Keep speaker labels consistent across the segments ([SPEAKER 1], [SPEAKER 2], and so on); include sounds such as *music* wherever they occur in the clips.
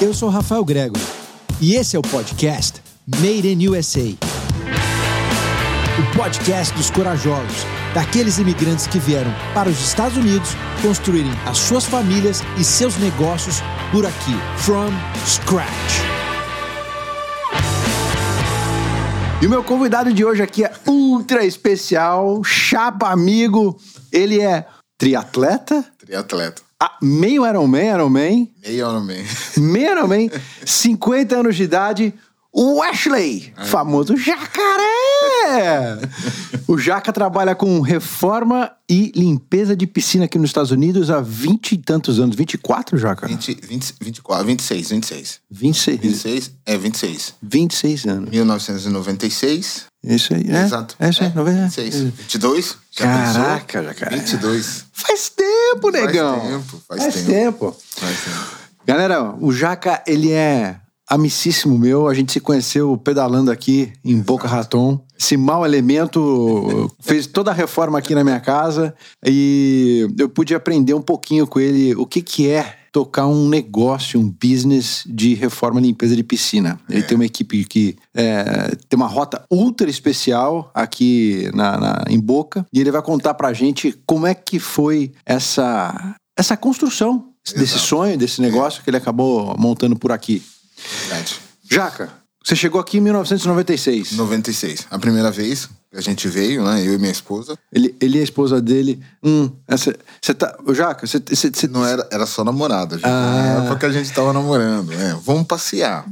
[SPEAKER 1] Eu sou Rafael Gregor e esse é o podcast Made in USA. O podcast dos corajosos, daqueles imigrantes que vieram para os Estados Unidos construírem as suas famílias e seus negócios por aqui, from scratch.
[SPEAKER 2] E o meu convidado de hoje aqui é ultra especial, chapa amigo. Ele é triatleta,
[SPEAKER 3] Triatleta.
[SPEAKER 2] a- meio Ironman, Ironman,
[SPEAKER 3] Meio Ironman.
[SPEAKER 2] meio Ironman, 50 anos de idade, o Ashley,
[SPEAKER 3] É.
[SPEAKER 2] famoso jacaré. O Jaca trabalha com reforma e limpeza de piscina aqui nos Estados Unidos há 20 e tantos anos. 24, Jaca?
[SPEAKER 3] 20, 20, 24, 26, 26.
[SPEAKER 2] 26,
[SPEAKER 3] 26, é 26.
[SPEAKER 2] 26 anos.
[SPEAKER 3] 1996.
[SPEAKER 2] Isso aí, né?
[SPEAKER 3] Exato.
[SPEAKER 2] É isso aí,
[SPEAKER 3] 26.
[SPEAKER 2] 96.
[SPEAKER 3] 22. Já
[SPEAKER 2] Caraca,
[SPEAKER 3] pensou?
[SPEAKER 2] jacaré.
[SPEAKER 3] 22.
[SPEAKER 2] Faz tempo, negão.
[SPEAKER 3] tempo, faz
[SPEAKER 2] faz
[SPEAKER 3] tempo.
[SPEAKER 2] tempo.
[SPEAKER 3] Mas, né,
[SPEAKER 2] Galera, o Jaca, ele é amicíssimo meu. A gente se conheceu pedalando aqui em Boca Raton. Esse mau elemento fez toda a reforma aqui na minha casa e eu pude aprender um pouquinho com ele o que, que é tocar um negócio, um business de reforma e limpeza de piscina. Ele tem uma equipe que é, tem uma rota ultra especial aqui na, na- em Boca e ele vai contar pra gente como é que foi essa, essa construção desse
[SPEAKER 3] Exato.
[SPEAKER 2] sonho, desse negócio que ele acabou montando por aqui.
[SPEAKER 3] Verdade.
[SPEAKER 2] Jaca, você chegou aqui em 1996.
[SPEAKER 3] 96. A primeira vez que a gente veio, né? Eu e minha esposa.
[SPEAKER 2] Ele, ele e a esposa dele. Hum, essa, você tá. ô, Jaca, você. você- você-
[SPEAKER 3] Não é- era, era só namorada, gente.
[SPEAKER 2] Ah.
[SPEAKER 3] Na época que a gente tava namorando. né? Vamos
[SPEAKER 2] *laughs*
[SPEAKER 3] passear.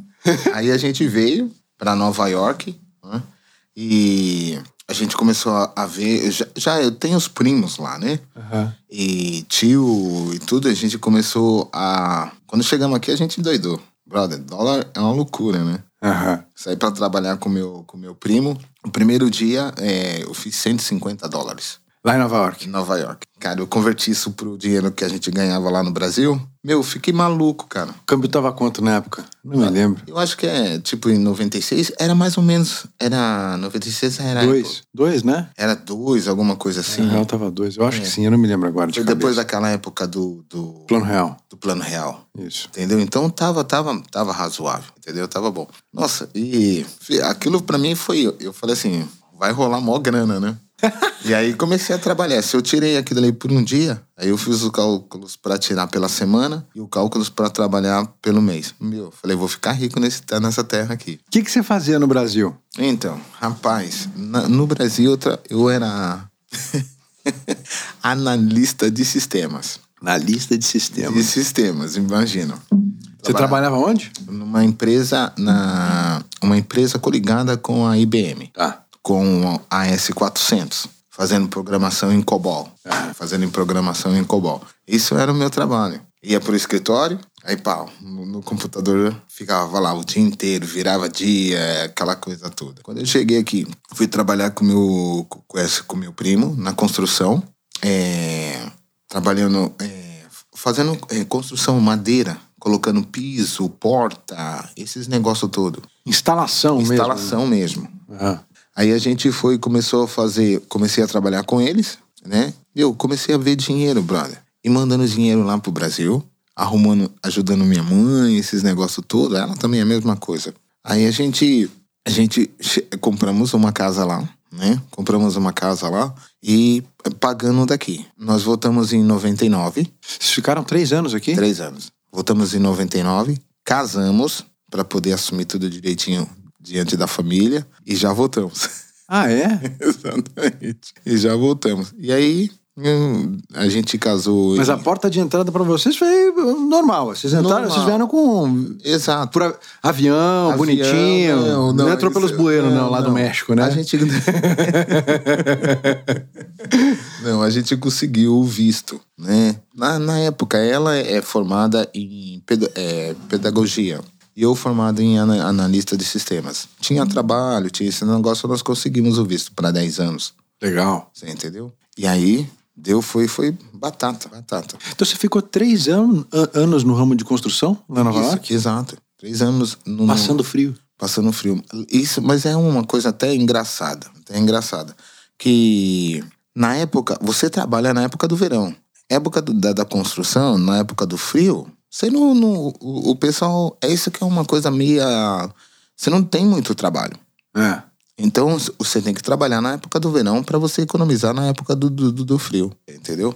[SPEAKER 3] Aí a gente veio pra Nova York né? e a gente começou a, a ver. eu Já, já eu tenho os primos lá, né?
[SPEAKER 2] Aham.
[SPEAKER 3] E tio e tudo, a gente começou a. Quando chegamos aqui, a gente doidou. Brother, dólar é uma loucura, né?
[SPEAKER 2] Aham.
[SPEAKER 3] Saí pra trabalhar com meu, com meu primo. O primeiro dia é, eu fiz 150 dólares
[SPEAKER 2] Lá em Nova York.
[SPEAKER 3] em Nova York. Cara, eu converti isso pro dinheiro que a gente ganhava lá no Brasil. Meu, eu fiquei maluco, cara.
[SPEAKER 2] O câmbio tava quanto na época? Não me lembro.
[SPEAKER 3] Eu acho que é, tipo, em 96, era mais ou menos. Era. 96 era.
[SPEAKER 2] Dois. Dois, né?
[SPEAKER 3] Era dois, alguma coisa assim.
[SPEAKER 2] Real tava dois. Eu acho que sim, eu não me lembro agora. De
[SPEAKER 3] É. Foi depois
[SPEAKER 2] cabeça.
[SPEAKER 3] daquela época do, do,
[SPEAKER 2] Plano Real.
[SPEAKER 3] do Plano Real.
[SPEAKER 2] Isso.
[SPEAKER 3] Entendeu? Então tava, tava, tava razoável, entendeu? Tava bom. Nossa, e fi, aquilo pra mim foi. Eu falei assim, vai rolar mó grana, né? e aí comecei a trabalhar. Se eu tirei aquilo ali por um dia, aí eu fiz os cálculos pra tirar pela semana e os cálculos pra trabalhar pelo mês. Meu, falei, vou ficar rico nesse, nessa terra aqui.
[SPEAKER 2] O que, que você fazia no Brasil?
[SPEAKER 3] Então, rapaz, na- no Brasil eu, tra- eu era *laughs* analista de sistemas.
[SPEAKER 2] Na lista de sistemas.
[SPEAKER 3] De sistemas, imagina.
[SPEAKER 2] É Você trabalhava onde?
[SPEAKER 3] numa empresa na uma empresa coligada com a IBM,
[SPEAKER 2] Tá.
[SPEAKER 3] com a S400, fazendo programação em COBOL, fazendo em programação em COBOL. Isso era o meu trabalho. Ia pro escritório, aí pau, no, no computador ficava lá o dia inteiro, virava dia, aquela coisa toda. Quando eu cheguei aqui, fui trabalhar com meu com esse, com meu primo na construção, é, trabalhando é, fazendo é, construção madeira, colocando piso, porta, esses negócios todo,
[SPEAKER 2] Instalação,
[SPEAKER 3] instalação mesmo.
[SPEAKER 2] mesmo. Aham.
[SPEAKER 3] Aí a gente foi e começou a fazer, comecei a trabalhar com eles, né? Eu comecei a ver dinheiro, brother. E mandando dinheiro lá pro Brasil, arrumando, ajudando minha mãe, esses negócios todos, ela também é a mesma coisa. Aí a gente, a gente che- compramos uma casa lá, né? Compramos uma casa lá e pagando daqui. Nós voltamos em 99,
[SPEAKER 2] Vocês ficaram três anos aqui?
[SPEAKER 3] três anos. Voltamos em 99, casamos para poder assumir tudo direitinho diante da família e já voltamos. *laughs*
[SPEAKER 2] Ah, é?
[SPEAKER 3] Exatamente. E já voltamos. E aí, hum, a gente casou.
[SPEAKER 2] Mas
[SPEAKER 3] em-
[SPEAKER 2] a porta de entrada pra vocês foi normal. Vocês entraram,
[SPEAKER 3] Normal.
[SPEAKER 2] vocês vieram com
[SPEAKER 3] Exato.
[SPEAKER 2] por a- avião,
[SPEAKER 3] Avião,
[SPEAKER 2] bonitinho. Não,
[SPEAKER 3] não, não,
[SPEAKER 2] entrou pelos
[SPEAKER 3] isso-
[SPEAKER 2] bueiros, não,
[SPEAKER 3] não,
[SPEAKER 2] lá do
[SPEAKER 3] não.
[SPEAKER 2] México, né?
[SPEAKER 3] A gente. *laughs* Não, a gente conseguiu o visto, né? Na, na época, ela é formada em peda- é, pedagogia. E eu formado em ana- analista de sistemas. Tinha
[SPEAKER 2] Uhum.
[SPEAKER 3] trabalho, tinha esse negócio, nós conseguimos o visto para 10 anos.
[SPEAKER 2] Legal.
[SPEAKER 3] Você entendeu? E aí, deu, foi, foi batata, batata.
[SPEAKER 2] Então você ficou três an an- anos no ramo de construção lá na Nova
[SPEAKER 3] Isso,
[SPEAKER 2] York?
[SPEAKER 3] exato. Três anos no,
[SPEAKER 2] Passando frio.
[SPEAKER 3] passando frio. Isso, mas é uma coisa até engraçada, até engraçada, que na época você trabalha na época do verão. Época do- da, da construção, na época do frio, Você não. não- o, o pessoal. É isso que é uma coisa meia. Você não tem muito trabalho.
[SPEAKER 2] É.
[SPEAKER 3] Então s- você tem que trabalhar na época do verão para você economizar na época do, do, do- do frio, entendeu?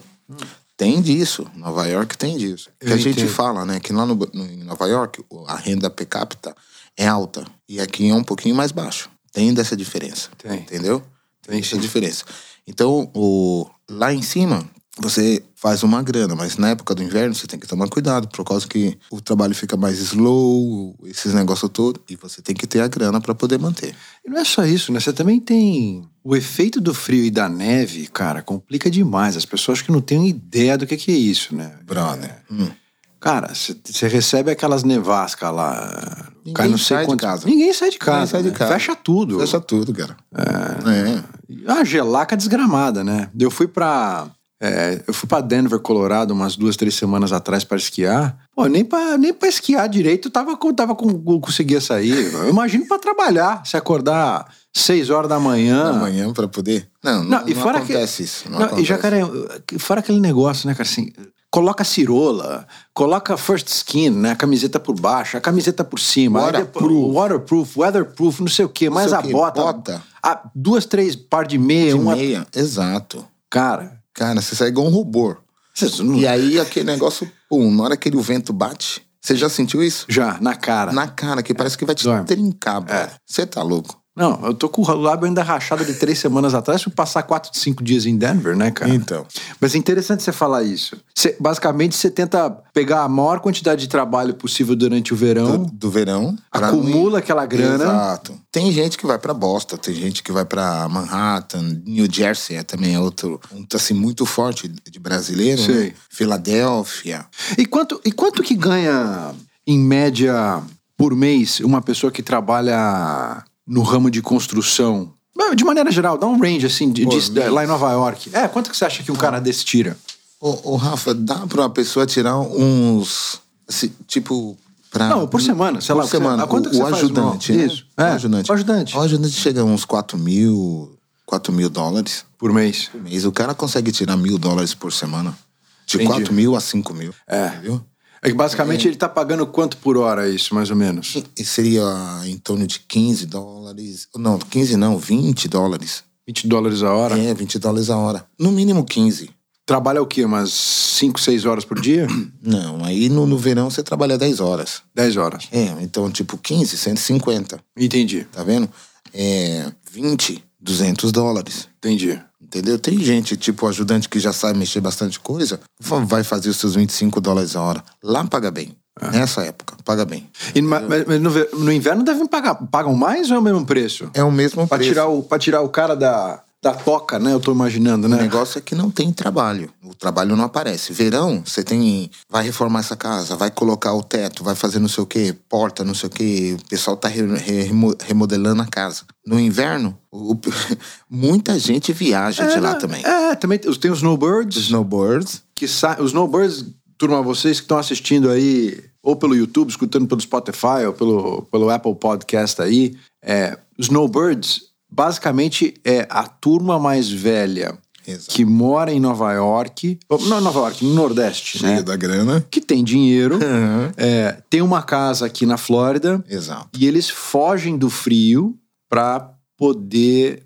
[SPEAKER 3] Tem disso. Nova York tem disso. Que
[SPEAKER 2] Eu
[SPEAKER 3] a gente
[SPEAKER 2] entendo.
[SPEAKER 3] fala, né? Que lá no, no- em Nova York o- a renda per capita é alta e aqui é um pouquinho mais baixo. Tem dessa diferença.
[SPEAKER 2] Tem.
[SPEAKER 3] Entendeu? Tem
[SPEAKER 2] Tem
[SPEAKER 3] essa
[SPEAKER 2] sim.
[SPEAKER 3] diferença. Então, o, lá em cima, você faz uma grana, mas na época do inverno você tem que tomar cuidado, por causa que o trabalho fica mais slow, esses negócios todos, e você tem que ter a grana para poder manter.
[SPEAKER 2] E não é só isso, né? Você também tem o efeito do frio e da neve, cara, complica demais. As pessoas que não têm ideia do que que é isso, né?
[SPEAKER 3] Brother. Hum.
[SPEAKER 2] Cara, você recebe aquelas nevascas lá.
[SPEAKER 3] Ninguém
[SPEAKER 2] cai não sei
[SPEAKER 3] sai de
[SPEAKER 2] quanto-
[SPEAKER 3] casa.
[SPEAKER 2] Ninguém sai de casa.
[SPEAKER 3] sai de
[SPEAKER 2] né?
[SPEAKER 3] casa.
[SPEAKER 2] Fecha tudo.
[SPEAKER 3] Fecha tudo, cara. É.
[SPEAKER 2] A ah, gelaca desgramada, né? Eu fui pra. é, eu fui pra Denver, Colorado, umas duas, três semanas atrás pra esquiar. Pô, nem pra, nem pra esquiar direito eu tava, com- tava com, eu conseguia sair. Eu imagino pra trabalhar, se acordar seis horas da manhã.
[SPEAKER 3] Amanhã pra poder. Não, não,
[SPEAKER 2] Ah. Não, e
[SPEAKER 3] não
[SPEAKER 2] fora
[SPEAKER 3] acontece
[SPEAKER 2] que,
[SPEAKER 3] isso. Não,
[SPEAKER 2] Não,
[SPEAKER 3] acontece.
[SPEAKER 2] E jacaré, fora aquele negócio, né, cara, assim, coloca cirola, coloca first skin, né, a camiseta por baixo, a camiseta por cima, aí
[SPEAKER 3] Waterproof.
[SPEAKER 2] depois- waterproof, weatherproof, não sei o quê, mais
[SPEAKER 3] sei o
[SPEAKER 2] a
[SPEAKER 3] quê,
[SPEAKER 2] bota,
[SPEAKER 3] bota.
[SPEAKER 2] a- duas, três par de meia,
[SPEAKER 3] De
[SPEAKER 2] uma,
[SPEAKER 3] meia. Exato.
[SPEAKER 2] cara,
[SPEAKER 3] Cara, você sai igual um robô.
[SPEAKER 2] vocês não-
[SPEAKER 3] E aí aquele negócio, pum, na hora que o vento bate, você já sentiu isso?
[SPEAKER 2] já na cara.
[SPEAKER 3] Na cara, que parece que vai te
[SPEAKER 2] Dorme. É.
[SPEAKER 3] trincar, brother. Você tá louco.
[SPEAKER 2] Não, eu tô com o lábio ainda rachado de três semanas atrás, fui passar quatro, cinco dias em Denver, né, cara?
[SPEAKER 3] Então.
[SPEAKER 2] Mas é interessante você falar isso. Você- basicamente, você tenta pegar a maior quantidade de trabalho possível durante o verão.
[SPEAKER 3] Do, do verão. pra
[SPEAKER 2] Então, Acumula aquela grana.
[SPEAKER 3] Exato. Tem gente que vai pra Boston, tem gente que vai pra Manhattan, New Jersey é também é outro, um, assim, muito forte de brasileiro,
[SPEAKER 2] Sei.
[SPEAKER 3] né? Filadélfia.
[SPEAKER 2] E quanto, e quanto que ganha, em média, por mês, uma pessoa que trabalha no ramo de construção? Bom, De maneira geral, dá um range, assim, de-
[SPEAKER 3] Por
[SPEAKER 2] de-
[SPEAKER 3] mês?
[SPEAKER 2] lá em Nova York. É, quanto que você acha que um cara desse tira?
[SPEAKER 3] Ô, ô, Rafa, dá pra uma pessoa tirar uns. assim, tipo. Pra,
[SPEAKER 2] Não, por semana, sei lá,
[SPEAKER 3] Por
[SPEAKER 2] o que você-
[SPEAKER 3] semana.
[SPEAKER 2] a quanto
[SPEAKER 3] o,
[SPEAKER 2] que você
[SPEAKER 3] o
[SPEAKER 2] faz
[SPEAKER 3] ajudante.
[SPEAKER 2] no-
[SPEAKER 3] né?
[SPEAKER 2] Isso, é,
[SPEAKER 3] o ajudante.
[SPEAKER 2] o ajudante.
[SPEAKER 3] O ajudante chega a uns 4 mil. 4 mil dólares
[SPEAKER 2] Por mês.
[SPEAKER 3] por mês. O cara consegue tirar mil dólares por semana. De
[SPEAKER 2] Entendi.
[SPEAKER 3] 4 mil a 5 mil.
[SPEAKER 2] É.
[SPEAKER 3] Entendeu?
[SPEAKER 2] É que basicamente ele tá pagando quanto por hora é isso, mais ou menos?
[SPEAKER 3] E seria em torno de 15 dólares. Não, 15 não, 20 dólares.
[SPEAKER 2] 20 dólares a hora.
[SPEAKER 3] É, 20 dólares a hora. No mínimo 15.
[SPEAKER 2] Trabalha o quê? Umas 5, 6 horas
[SPEAKER 3] *coughs*
[SPEAKER 2] por dia?
[SPEAKER 3] Não, aí no, no verão você trabalha 10 horas.
[SPEAKER 2] 10 horas.
[SPEAKER 3] É, então tipo 15, 150.
[SPEAKER 2] Entendi,
[SPEAKER 3] tá vendo? É 20, 200 dólares.
[SPEAKER 2] entendi.
[SPEAKER 3] Entendeu? Tem gente, tipo ajudante que já sabe mexer bastante coisa, va- vai fazer os seus 25 dólares a hora. Lá paga bem.
[SPEAKER 2] É.
[SPEAKER 3] Nessa época, paga bem.
[SPEAKER 2] E numa- mas- mas no, ve- no inverno devem pagar. Pagam mais ou é o mesmo preço?
[SPEAKER 3] É o mesmo
[SPEAKER 2] Pra
[SPEAKER 3] preço.
[SPEAKER 2] tirar, o, pra tirar o cara da, da toca, né? Eu tô imaginando,
[SPEAKER 3] O
[SPEAKER 2] né?
[SPEAKER 3] negócio é que não tem trabalho. O trabalho não aparece. Verão, você tem. Vai reformar essa casa, vai colocar o teto, vai fazer não sei o quê, porta, não sei o quê. O pessoal tá re- re- remo- remodelando a casa. No inverno, o- *laughs* muita gente viaja de lá também.
[SPEAKER 2] É, também tem, tem os snowbirds.
[SPEAKER 3] Snowboards,
[SPEAKER 2] Que sa... Os snowbirds, turma, vocês que estão assistindo aí, ou pelo YouTube, escutando pelo Spotify, ou pelo, pelo Apple Podcast aí, é, snowbirds, basicamente, é a turma mais velha
[SPEAKER 3] Exato.
[SPEAKER 2] que mora em Nova York. ou- Não, Nova York, no Nordeste,
[SPEAKER 3] cheia
[SPEAKER 2] né?
[SPEAKER 3] da grana.
[SPEAKER 2] Que tem *laughs* dinheiro, é, tem uma casa aqui na Flórida.
[SPEAKER 3] Exato.
[SPEAKER 2] E eles fogem do frio para poder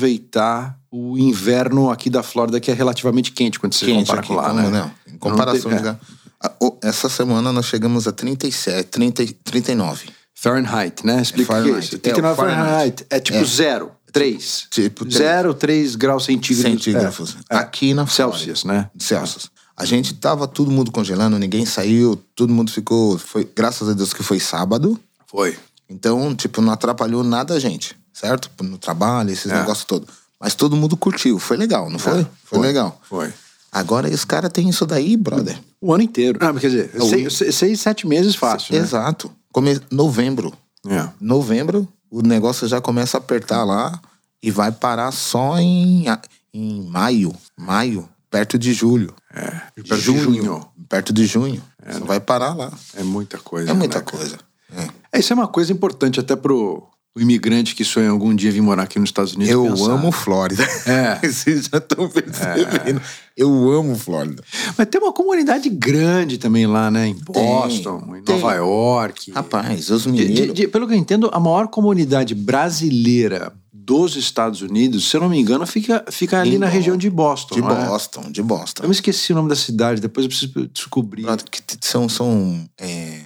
[SPEAKER 2] aproveitar o inverno aqui da Flórida, que é relativamente quente quando você compara
[SPEAKER 3] aqui,
[SPEAKER 2] com lá, né?
[SPEAKER 3] como não? Em comparação,
[SPEAKER 2] Não tem-
[SPEAKER 3] já- a- o- essa semana nós chegamos a 37, 30, e 39.
[SPEAKER 2] Fahrenheit, né? Explica o que é
[SPEAKER 3] Fahrenheit.
[SPEAKER 2] isso.
[SPEAKER 3] É, o
[SPEAKER 2] 39 Fahrenheit.
[SPEAKER 3] Fahrenheit.
[SPEAKER 2] É tipo
[SPEAKER 3] É.
[SPEAKER 2] zero, três.
[SPEAKER 3] Tipo três.
[SPEAKER 2] zero, três graus centígrados.
[SPEAKER 3] Centígrados.
[SPEAKER 2] É, é.
[SPEAKER 3] Aqui na Flórida.
[SPEAKER 2] Celsius, né?
[SPEAKER 3] Celsius. A gente tava todo mundo congelando, ninguém saiu, todo mundo ficou. Foi, graças a Deus que foi sábado.
[SPEAKER 2] Foi.
[SPEAKER 3] Então, tipo, não atrapalhou nada a gente, certo? No trabalho, esses
[SPEAKER 2] É.
[SPEAKER 3] negócios todos. Mas todo mundo curtiu. Foi legal, não foi?
[SPEAKER 2] É,
[SPEAKER 3] Foi, legal.
[SPEAKER 2] Foi.
[SPEAKER 3] Agora os caras têm isso daí, brother.
[SPEAKER 2] O ano inteiro. Ah, mas quer dizer,
[SPEAKER 3] É o-
[SPEAKER 2] seis, seis- seis, sete meses fácil, né?
[SPEAKER 3] Exato. Come... Novembro.
[SPEAKER 2] É.
[SPEAKER 3] novembro, o negócio já começa a apertar lá e vai parar só em, em maio. Maio, perto de julho.
[SPEAKER 2] Perto de É, junho.
[SPEAKER 3] Perto de junho. Só vai parar lá.
[SPEAKER 2] É muita coisa.
[SPEAKER 3] É muita
[SPEAKER 2] né, cara?
[SPEAKER 3] coisa. É.
[SPEAKER 2] É, Isso é uma coisa importante até pro o imigrante que sonha algum dia vir morar aqui nos Estados Unidos.
[SPEAKER 3] Eu
[SPEAKER 2] pensar.
[SPEAKER 3] amo Flórida. *laughs*
[SPEAKER 2] É.
[SPEAKER 3] Vocês já estão percebendo. Eu amo Flórida.
[SPEAKER 2] Mas tem uma comunidade grande também lá, né? Em Boston, em
[SPEAKER 3] tem.
[SPEAKER 2] Nova York.
[SPEAKER 3] Rapaz, os
[SPEAKER 2] De- de-
[SPEAKER 3] meninos.
[SPEAKER 2] de- pelo que eu entendo, a maior comunidade brasileira dos Estados Unidos, se eu não me engano, fica, fica ali
[SPEAKER 3] Em
[SPEAKER 2] na
[SPEAKER 3] Bo-
[SPEAKER 2] região de Boston.
[SPEAKER 3] De
[SPEAKER 2] não é?
[SPEAKER 3] Boston, de
[SPEAKER 2] Eu
[SPEAKER 3] Boston.
[SPEAKER 2] me esqueci o nome da cidade, depois eu preciso descobrir.
[SPEAKER 3] Que t- são. são é,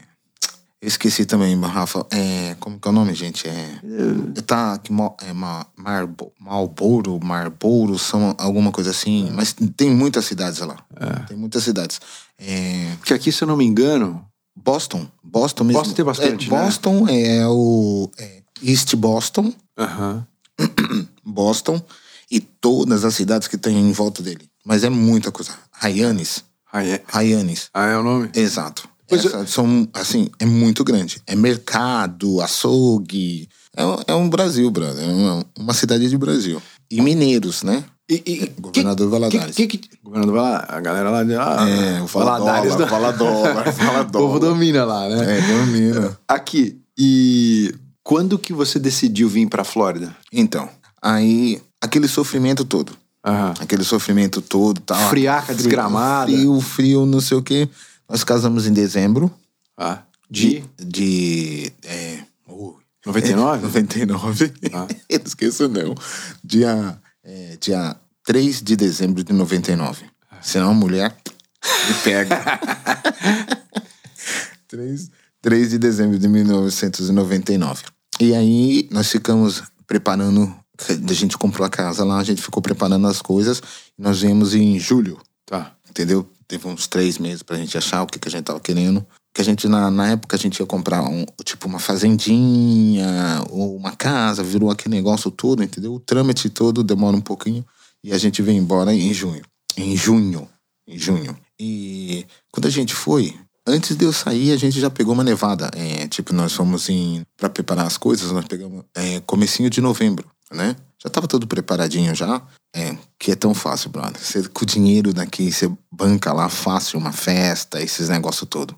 [SPEAKER 3] Eu esqueci também, Rafa. É, como que é o nome, gente? É, tá, que, mo- é ma, Marbo, Marlboro, Marlboro, são alguma coisa assim. Mas tem muitas cidades lá. Tem muitas cidades. É,
[SPEAKER 2] Porque aqui, se eu não me engano,
[SPEAKER 3] Boston. Boston mesmo.
[SPEAKER 2] Boston tem bastante,
[SPEAKER 3] É,
[SPEAKER 2] né?
[SPEAKER 3] Boston é o é East Boston,
[SPEAKER 2] aham,
[SPEAKER 3] Boston e todas as cidades que tem em volta dele. Mas é muita coisa. Hyannis,
[SPEAKER 2] ah, é,
[SPEAKER 3] Hyannis,
[SPEAKER 2] ah, é o nome?
[SPEAKER 3] exato.
[SPEAKER 2] Pois é.
[SPEAKER 3] Essa- são, assim, é muito grande. É mercado, açougue. É, um- é um Brasil, brother. É uma, uma cidade de Brasil. E mineiros, né?
[SPEAKER 2] E, e-
[SPEAKER 3] Governador Valadares.
[SPEAKER 2] Que, que, que, governador Valadares, a galera lá "Ah, de lá.
[SPEAKER 3] É, o fala dólar, fala dólar, fala
[SPEAKER 2] né? *laughs* O povo
[SPEAKER 3] dólar.
[SPEAKER 2] domina lá, né?
[SPEAKER 3] É, domina.
[SPEAKER 2] Aqui, e quando que você decidiu vir pra Flórida?
[SPEAKER 3] Então, aí, aquele sofrimento todo.
[SPEAKER 2] Aham.
[SPEAKER 3] Aquele sofrimento todo, tal.
[SPEAKER 2] Friaca desgramada.
[SPEAKER 3] Frio, frio, não sei o quê. Nós casamos em dezembro
[SPEAKER 2] Ah, de
[SPEAKER 3] de... É, oh,
[SPEAKER 2] 99?
[SPEAKER 3] 99. *laughs* Eu não esqueço, não. Dia, é, dia 3 de dezembro de 99. Senão a mulher me pega. 3, 3 de dezembro de 1999. E aí nós ficamos preparando... A gente comprou a casa lá, a gente ficou preparando as coisas. Nós viemos em julho
[SPEAKER 2] Tá.
[SPEAKER 3] entendeu? Teve uns três meses pra gente achar o que, que a gente tava querendo. Que a gente, na, na época, a gente ia comprar um, tipo uma fazendinha ou uma casa, virou aquele negócio todo, entendeu? O trâmite todo demora um pouquinho e a gente veio embora em junho. Em junho. Em junho. E quando a gente foi, antes de eu sair, a gente já pegou uma nevada. É, tipo, nós fomos em. Pra preparar as coisas, nós pegamos é, comecinho de novembro, né? Já tava tudo preparadinho já. É, que é tão fácil, brother. Você, com o dinheiro daqui, você banca lá fácil uma festa, esses negócios todo.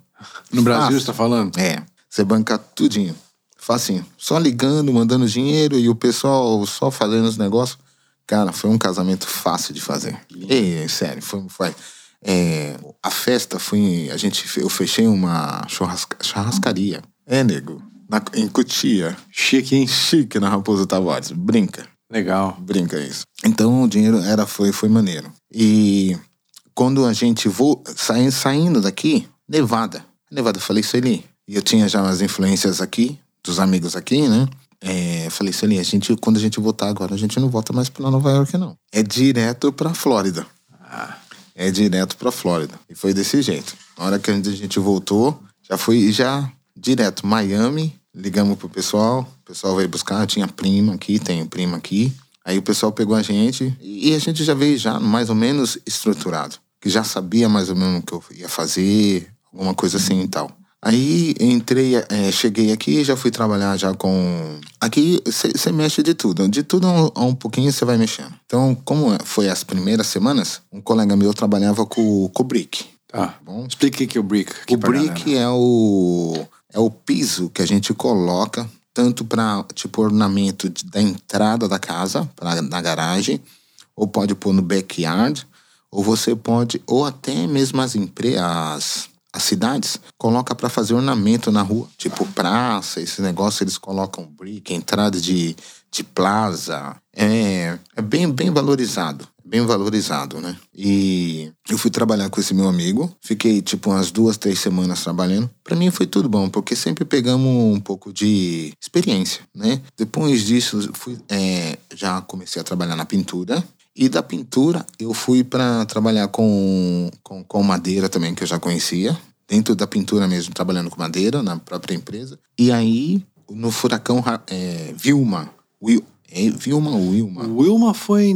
[SPEAKER 2] No Brasil,
[SPEAKER 3] Ah.
[SPEAKER 2] você tá falando?
[SPEAKER 3] É, você banca tudinho. Facinho. Só ligando, mandando dinheiro e o pessoal só fazendo os negócios. Cara, foi um casamento fácil de fazer. Ei, sério, foi. foi é, a festa foi. A gente, fe- eu fechei uma churrasca- churrascaria. É, nego. Na, em Cotia.
[SPEAKER 2] Chique, hein?
[SPEAKER 3] Chique na Raposa Tavares. Brinca
[SPEAKER 2] Legal.
[SPEAKER 3] brinca isso. Então o dinheiro era foi foi maneiro. E quando a gente vou saindo, saindo daqui, Nevada. Nevada, eu falei Sueli. E eu tinha já as influências aqui, dos amigos aqui, né? É, eu falei Sueli, a gente quando a gente voltar agora, a gente não volta mais para Nova York não. É direto para Flórida. É direto pra Flórida. E foi desse jeito. Na hora que a gente voltou, já foi já direto Miami. Ligamos pro pessoal, o pessoal veio buscar. Tinha prima aqui, tenho prima aqui. Aí o pessoal pegou a gente e a gente já veio já mais ou menos estruturado, que já sabia mais ou menos o que eu ia fazer, alguma coisa assim e tal. Aí entrei, eh, cheguei aqui, já fui trabalhar já com. Aqui você mexe de tudo, de tudo a um, a um pouquinho você vai mexendo. Então, como foi as primeiras semanas, um colega meu trabalhava com, com o Brick.
[SPEAKER 2] Tá.
[SPEAKER 3] Bom.
[SPEAKER 2] Explica o que que é o brick. aqui
[SPEAKER 3] O
[SPEAKER 2] pra
[SPEAKER 3] brick é o, é o piso que a gente coloca tanto para tipo ornamento de- da entrada da casa, pra, na garagem, ou pode pôr no backyard, ou você pode, ou até mesmo as empresas, as cidades, coloca para fazer ornamento na rua, tipo praça, esse negócio eles colocam brick, entrada de, de plaza, é, é bem, bem valorizado bem valorizado, né? E eu fui trabalhar com esse meu amigo, fiquei tipo umas duas, três semanas trabalhando. Pra mim foi tudo bom, porque sempre pegamos um pouco de experiência, né? Depois disso, fui, é, já comecei a trabalhar na pintura. E da pintura eu fui pra trabalhar com, com, com madeira também, que eu já conhecia. Dentro da pintura mesmo, trabalhando com madeira na própria empresa. E aí, no furacão Ra- é, Vilma. Wil, é, Vilma ou Wilma?
[SPEAKER 2] O Wilma foi em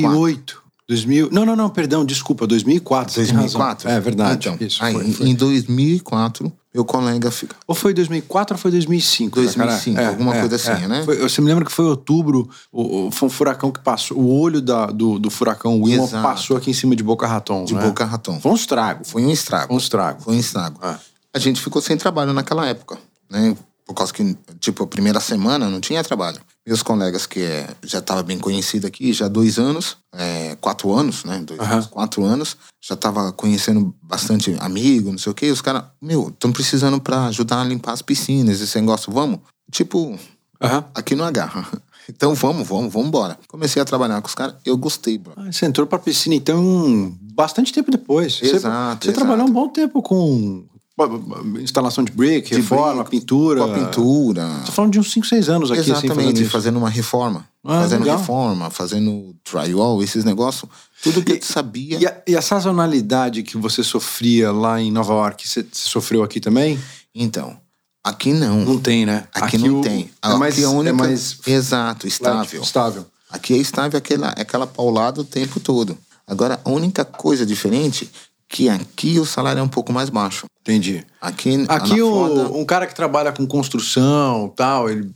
[SPEAKER 2] 2008. 2000... Não, não, não, perdão, desculpa, 2004. você tem razão.
[SPEAKER 3] 2004?
[SPEAKER 2] É verdade.
[SPEAKER 3] Então,
[SPEAKER 2] Isso,
[SPEAKER 3] aí,
[SPEAKER 2] foi, foi.
[SPEAKER 3] Em 2004, meu colega fica.
[SPEAKER 2] Ou foi 2004 ou foi 2005?
[SPEAKER 3] 2005, alguma coisa assim, né?
[SPEAKER 2] É, Foi, você me lembra que foi outubro, o, o- foi um furacão que passou, o olho da- do, do furacão Wilma
[SPEAKER 3] Exato.
[SPEAKER 2] passou aqui em cima de Boca Raton.
[SPEAKER 3] De
[SPEAKER 2] né?
[SPEAKER 3] Boca Raton.
[SPEAKER 2] Foi um estrago.
[SPEAKER 3] Foi
[SPEAKER 2] Foi
[SPEAKER 3] um estrago.
[SPEAKER 2] um estrago.
[SPEAKER 3] Foi um estrago.
[SPEAKER 2] Ah.
[SPEAKER 3] A gente ficou sem trabalho naquela época, né? Por causa que, tipo, a primeira semana não tinha trabalho. Meus colegas que é, já estavam bem conhecidos aqui, já há dois anos, é, quatro anos, né? Dois anos, quatro anos, já tava conhecendo bastante amigo, não sei o quê. Os caras, meu, estão precisando para ajudar a limpar as piscinas, esse negócio, vamos? Tipo,
[SPEAKER 2] Aham.
[SPEAKER 3] aqui não agarra. *laughs* Então vamos, vamos, vamos embora. Comecei a trabalhar com os caras, eu gostei, bro.
[SPEAKER 2] Ah, Você entrou pra piscina, então, bastante tempo depois. Você-
[SPEAKER 3] Exato,
[SPEAKER 2] Você,
[SPEAKER 3] exato.
[SPEAKER 2] trabalhou um bom tempo com ah, ah, instalação de brick, reforma,
[SPEAKER 3] brick,
[SPEAKER 2] pintura.
[SPEAKER 3] Com a pintura.
[SPEAKER 2] Tô falando de uns 5, 6 anos aqui, assim, fazendo
[SPEAKER 3] Exatamente,
[SPEAKER 2] isso.
[SPEAKER 3] fazendo uma reforma.
[SPEAKER 2] Ah,
[SPEAKER 3] fazendo
[SPEAKER 2] legal.
[SPEAKER 3] reforma, fazendo drywall, esses negócios. Tudo que eu sabia.
[SPEAKER 2] E a, e a sazonalidade que você sofria lá em Nova York, você você sofreu aqui também?
[SPEAKER 3] Então, aqui não.
[SPEAKER 2] Não tem, né?
[SPEAKER 3] Aqui, não
[SPEAKER 2] o-
[SPEAKER 3] tem.
[SPEAKER 2] É mais,
[SPEAKER 3] aqui a única-
[SPEAKER 2] é mais
[SPEAKER 3] Exato, estável.
[SPEAKER 2] Estável.
[SPEAKER 3] Aqui é estável aquela, aquela paulada o tempo todo. Agora, a única coisa diferente que aqui o salário é um pouco mais baixo.
[SPEAKER 2] Entendi.
[SPEAKER 3] Aqui,
[SPEAKER 2] Aqui
[SPEAKER 3] Tá na
[SPEAKER 2] o-
[SPEAKER 3] Flórida-
[SPEAKER 2] um cara que trabalha com construção tal, ele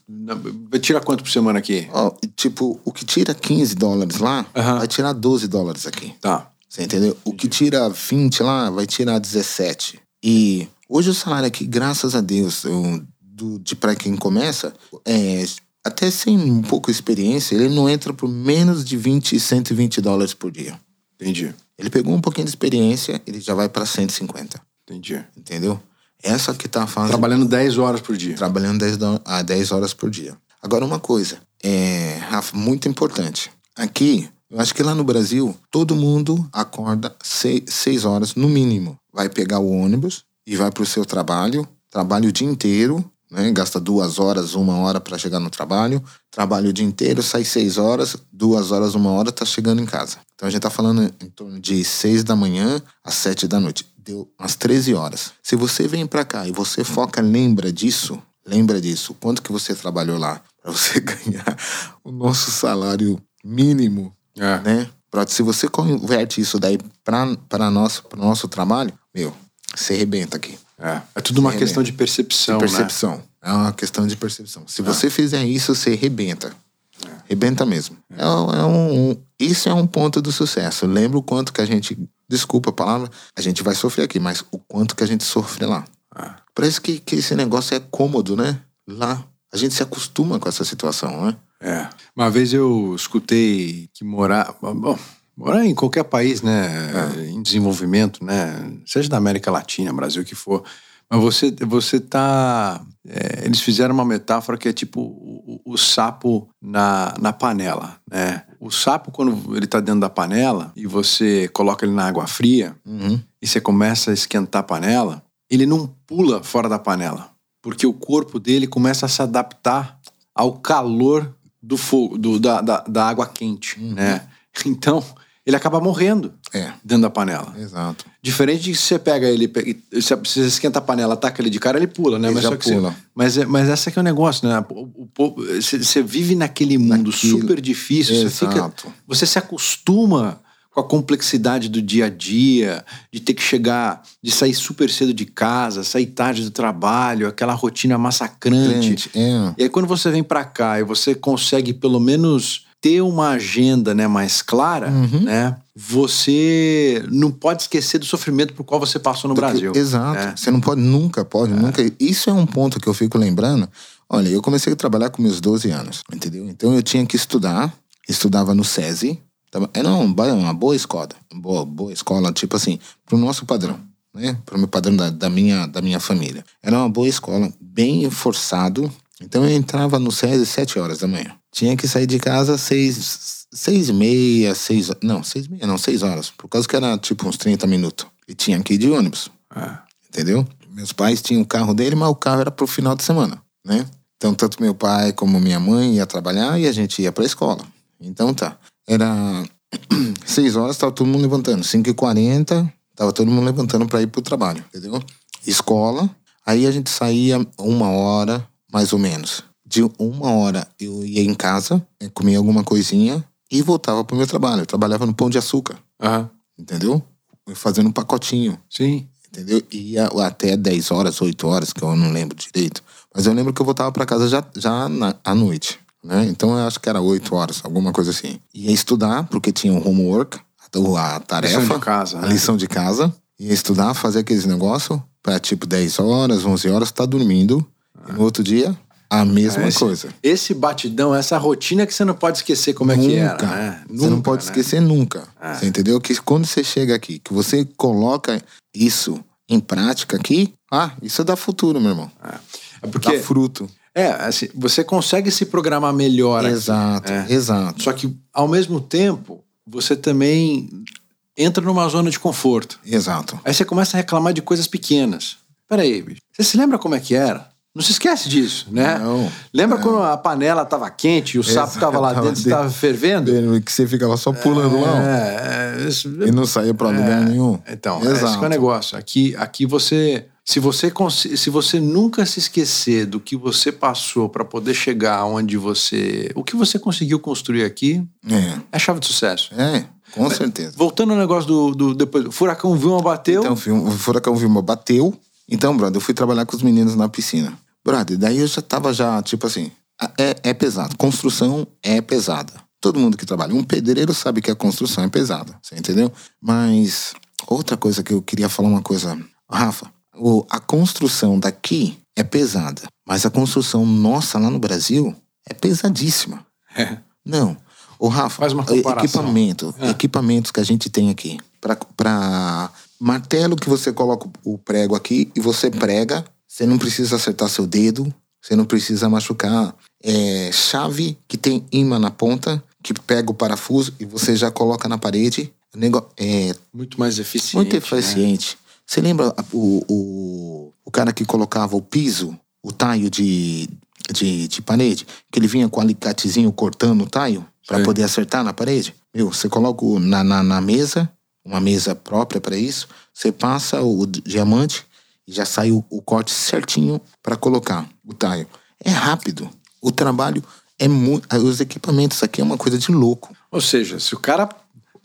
[SPEAKER 2] tira quanto por semana aqui?
[SPEAKER 3] Ó, tipo, o que tira 15 dólares lá,
[SPEAKER 2] Aham.
[SPEAKER 3] vai tirar 12 dólares aqui.
[SPEAKER 2] Tá.
[SPEAKER 3] Você entendeu? O que tira 20 lá, vai tirar 17. E hoje o salário aqui, graças a Deus, eu- do, de para quem começa, é, até sem um pouco de experiência, ele não entra por menos de 20, 120 dólares por dia.
[SPEAKER 2] Entendi.
[SPEAKER 3] Ele pegou um pouquinho de experiência, ele já vai para 150,
[SPEAKER 2] Entendi.
[SPEAKER 3] entendeu? Essa que tá a fase
[SPEAKER 2] Trabalhando 10 horas por dia.
[SPEAKER 3] trabalhando 10 do- a 10 horas por dia. Agora, uma coisa, é, Rafa, muito importante. Aqui, eu acho que lá no Brasil, todo mundo acorda 6 horas no mínimo. Vai pegar o ônibus e vai para o seu trabalho, trabalha o dia inteiro, né? gasta duas horas, uma hora para chegar no trabalho, trabalha o dia inteiro, sai 6 horas, duas horas, uma hora, tá chegando em casa. Então a gente tá falando em torno de 6 da manhã às 7 da noite. Deu umas 13 horas. Se você vem para cá e você foca, lembra disso, Lembra disso, quanto que você trabalhou lá *laughs* para você ganhar o nosso salário mínimo,
[SPEAKER 2] É.
[SPEAKER 3] né? Pra, se você converte isso daí para nosso pro nosso trabalho, meu, você arrebenta aqui.
[SPEAKER 2] É, é tudo uma
[SPEAKER 3] Sim,
[SPEAKER 2] questão
[SPEAKER 3] né?
[SPEAKER 2] de percepção, né? É.
[SPEAKER 3] Percepção. É uma questão de percepção. Se você fizer isso, você arrebenta. Arrebenta mesmo. É. um- é um, isso é um ponto do sucesso. Lembra o quanto que a gente. Desculpa a palavra, a gente vai sofrer aqui, mas o quanto que a gente sofre lá.
[SPEAKER 2] né? É.
[SPEAKER 3] Parece que, que esse negócio é cômodo, né? Lá. A gente se acostuma com essa situação, né?
[SPEAKER 2] É. Uma vez eu escutei que morar. Bom, morar em qualquer país, né? Em desenvolvimento, né? Seja da América Latina, Brasil, o que for. Mas você, você tá. é, eles fizeram uma metáfora que é tipo o, o- o sapo na, na panela, né? O sapo, quando ele tá dentro da panela e você coloca ele na água fria,
[SPEAKER 3] Uhum.
[SPEAKER 2] e você começa a esquentar a panela, ele não pula fora da panela, porque o corpo dele começa a se adaptar ao calor do fogo, do- da, da, da água quente,
[SPEAKER 3] Uhum.
[SPEAKER 2] né? Então, ele acaba morrendo
[SPEAKER 3] É.
[SPEAKER 2] dentro da panela.
[SPEAKER 3] Exato.
[SPEAKER 2] Diferente de que você pega ele, pe- e se se você esquenta a panela, ataca ele de cara, ele pula, né?
[SPEAKER 3] Ele já
[SPEAKER 2] só que você-
[SPEAKER 3] pula.
[SPEAKER 2] mas, é- mas essa que é o negócio, né? O- o povo- Você você vive naquele mundo
[SPEAKER 3] Naquilo.
[SPEAKER 2] super difícil, você fica
[SPEAKER 3] Exato.
[SPEAKER 2] você se acostuma com a complexidade do dia a dia, de ter que chegar, de sair super cedo de casa, sair tarde do trabalho, aquela rotina massacrante.
[SPEAKER 3] Gente, é.
[SPEAKER 2] E aí quando você vem pra cá e você consegue pelo menos ter uma agenda, né, mais clara,
[SPEAKER 3] Uhum.
[SPEAKER 2] né? Você não pode esquecer do sofrimento por qual você passou no
[SPEAKER 3] do que-
[SPEAKER 2] Brasil.
[SPEAKER 3] exato.
[SPEAKER 2] né?
[SPEAKER 3] Você não pode, nunca pode, nunca. Isso é um ponto que eu fico lembrando. Olha, eu comecei a trabalhar com meus 12 anos, entendeu? Então eu tinha que estudar, estudava no SESI. tava- Era um ba- uma boa escola, boa, boa escola, tipo assim, pro nosso padrão, né? Pro meu padrão da, da minha, da minha família. Era uma boa escola, bem forçado. Então eu entrava no SESI às 7 horas da manhã. Tinha que sair de casa às 6, seis e meia, seis Não, seis e meia, não, seis horas. Por causa que era tipo uns 30 minutos. E tinha que ir de ônibus entendeu? Meus pais tinham o carro dele, mas o carro era pro final de semana, né? Então, tanto meu pai como minha mãe ia trabalhar e a gente ia pra escola. Então, tá. Era *clears throat* 6 horas, tava todo mundo levantando. 5h40, tava todo mundo levantando pra ir pro trabalho, entendeu? Escola. Aí a gente saía uma hora, mais ou menos. De uma hora eu ia em casa, eh, comia alguma coisinha e voltava pro meu trabalho. Eu trabalhava no Pão de Açúcar,
[SPEAKER 2] Aham.
[SPEAKER 3] entendeu? Fazendo um pacotinho
[SPEAKER 2] Sim.
[SPEAKER 3] entendeu? E ia até 10 horas, 8 horas, que eu não lembro direito. Mas eu lembro que eu voltava para casa já, já na- à noite, né? Então eu acho que era 8 horas, alguma coisa assim. Ia estudar, porque tinha o homework, a, a tarefa.
[SPEAKER 2] Lição de casa,
[SPEAKER 3] A
[SPEAKER 2] né?
[SPEAKER 3] lição de casa. Ia estudar, fazer aqueles negócios pra tipo 10 horas, 11 horas, tá dormindo. E no outro dia, a mesma
[SPEAKER 2] Esse-
[SPEAKER 3] é coisa.
[SPEAKER 2] Esse batidão, essa rotina que você não pode esquecer como é que era.
[SPEAKER 3] Nunca. Ah.
[SPEAKER 2] Né?
[SPEAKER 3] Você não
[SPEAKER 2] Nunca,
[SPEAKER 3] pode
[SPEAKER 2] né?
[SPEAKER 3] esquecer nunca. Você entendeu? Que quando você chega aqui, que você coloca isso em prática aqui, ah, isso Ah, dá futuro, meu irmão.
[SPEAKER 2] É porque
[SPEAKER 3] Dá fruto.
[SPEAKER 2] é, assim, você consegue se programar melhor. aqui.
[SPEAKER 3] Exato,
[SPEAKER 2] É.
[SPEAKER 3] exato.
[SPEAKER 2] Só que, ao mesmo tempo, você também entra numa zona de conforto.
[SPEAKER 3] Exato.
[SPEAKER 2] Aí você começa a reclamar de coisas pequenas. Peraí, bicho. Você se lembra como é que era? Não se esquece disso, né?
[SPEAKER 3] Não. É.
[SPEAKER 2] Lembra quando a panela estava quente e o sapo estava lá
[SPEAKER 3] Exatamente.
[SPEAKER 2] dentro e estava fervendo?
[SPEAKER 3] Que você ficava só pulando lá
[SPEAKER 2] É, é, isso-
[SPEAKER 3] ó, e não saía pra lugar nenhum.
[SPEAKER 2] Então, esse
[SPEAKER 3] exato.
[SPEAKER 2] que é o negócio. Aqui, aqui você. Se você, cons- se você nunca se esquecer do que você passou para poder chegar onde você. O que você conseguiu construir aqui é a chave de sucesso.
[SPEAKER 3] É, é, com certeza.
[SPEAKER 2] Voltando ao negócio do. do depois, o furacão Vilma bateu.
[SPEAKER 3] Então, o filme- o Furacão Vilma bateu. Então, brother, eu fui trabalhar com os meninos na piscina. Brother, daí eu já tava já, tipo assim, a- é, é pesado. Construção é pesada. Todo mundo que trabalha, um pedreiro sabe que a construção é pesada, você entendeu? Mas outra coisa que eu queria falar uma coisa, Rafa, o- a construção daqui é pesada, mas a construção nossa lá no Brasil é pesadíssima.
[SPEAKER 2] É.
[SPEAKER 3] Não. O Rafa,
[SPEAKER 2] Faz uma
[SPEAKER 3] e-
[SPEAKER 2] comparação. É.
[SPEAKER 3] equipamento, equipamentos que a gente tem aqui Pra- pra martelo que você coloca o o prego aqui e você prega, você não precisa acertar seu dedo, você não precisa machucar. É, chave que tem imã na ponta, que pega o parafuso e você já coloca na parede. Nego- é,
[SPEAKER 2] muito mais eficiente.
[SPEAKER 3] muito
[SPEAKER 2] né?
[SPEAKER 3] eficiente. Você lembra a- o, o, o cara que colocava o piso, o taio de, de, de parede? Que ele vinha com o alicatezinho cortando o taio para
[SPEAKER 2] Sei.
[SPEAKER 3] poder acertar na parede? Meu, você coloca o- na, na, na mesa, uma mesa própria para isso, você passa o d- diamante e já sai o, o corte certinho para colocar o taio. É rápido. O trabalho é muito. Os equipamentos aqui é uma coisa de louco.
[SPEAKER 2] Ou seja, se o cara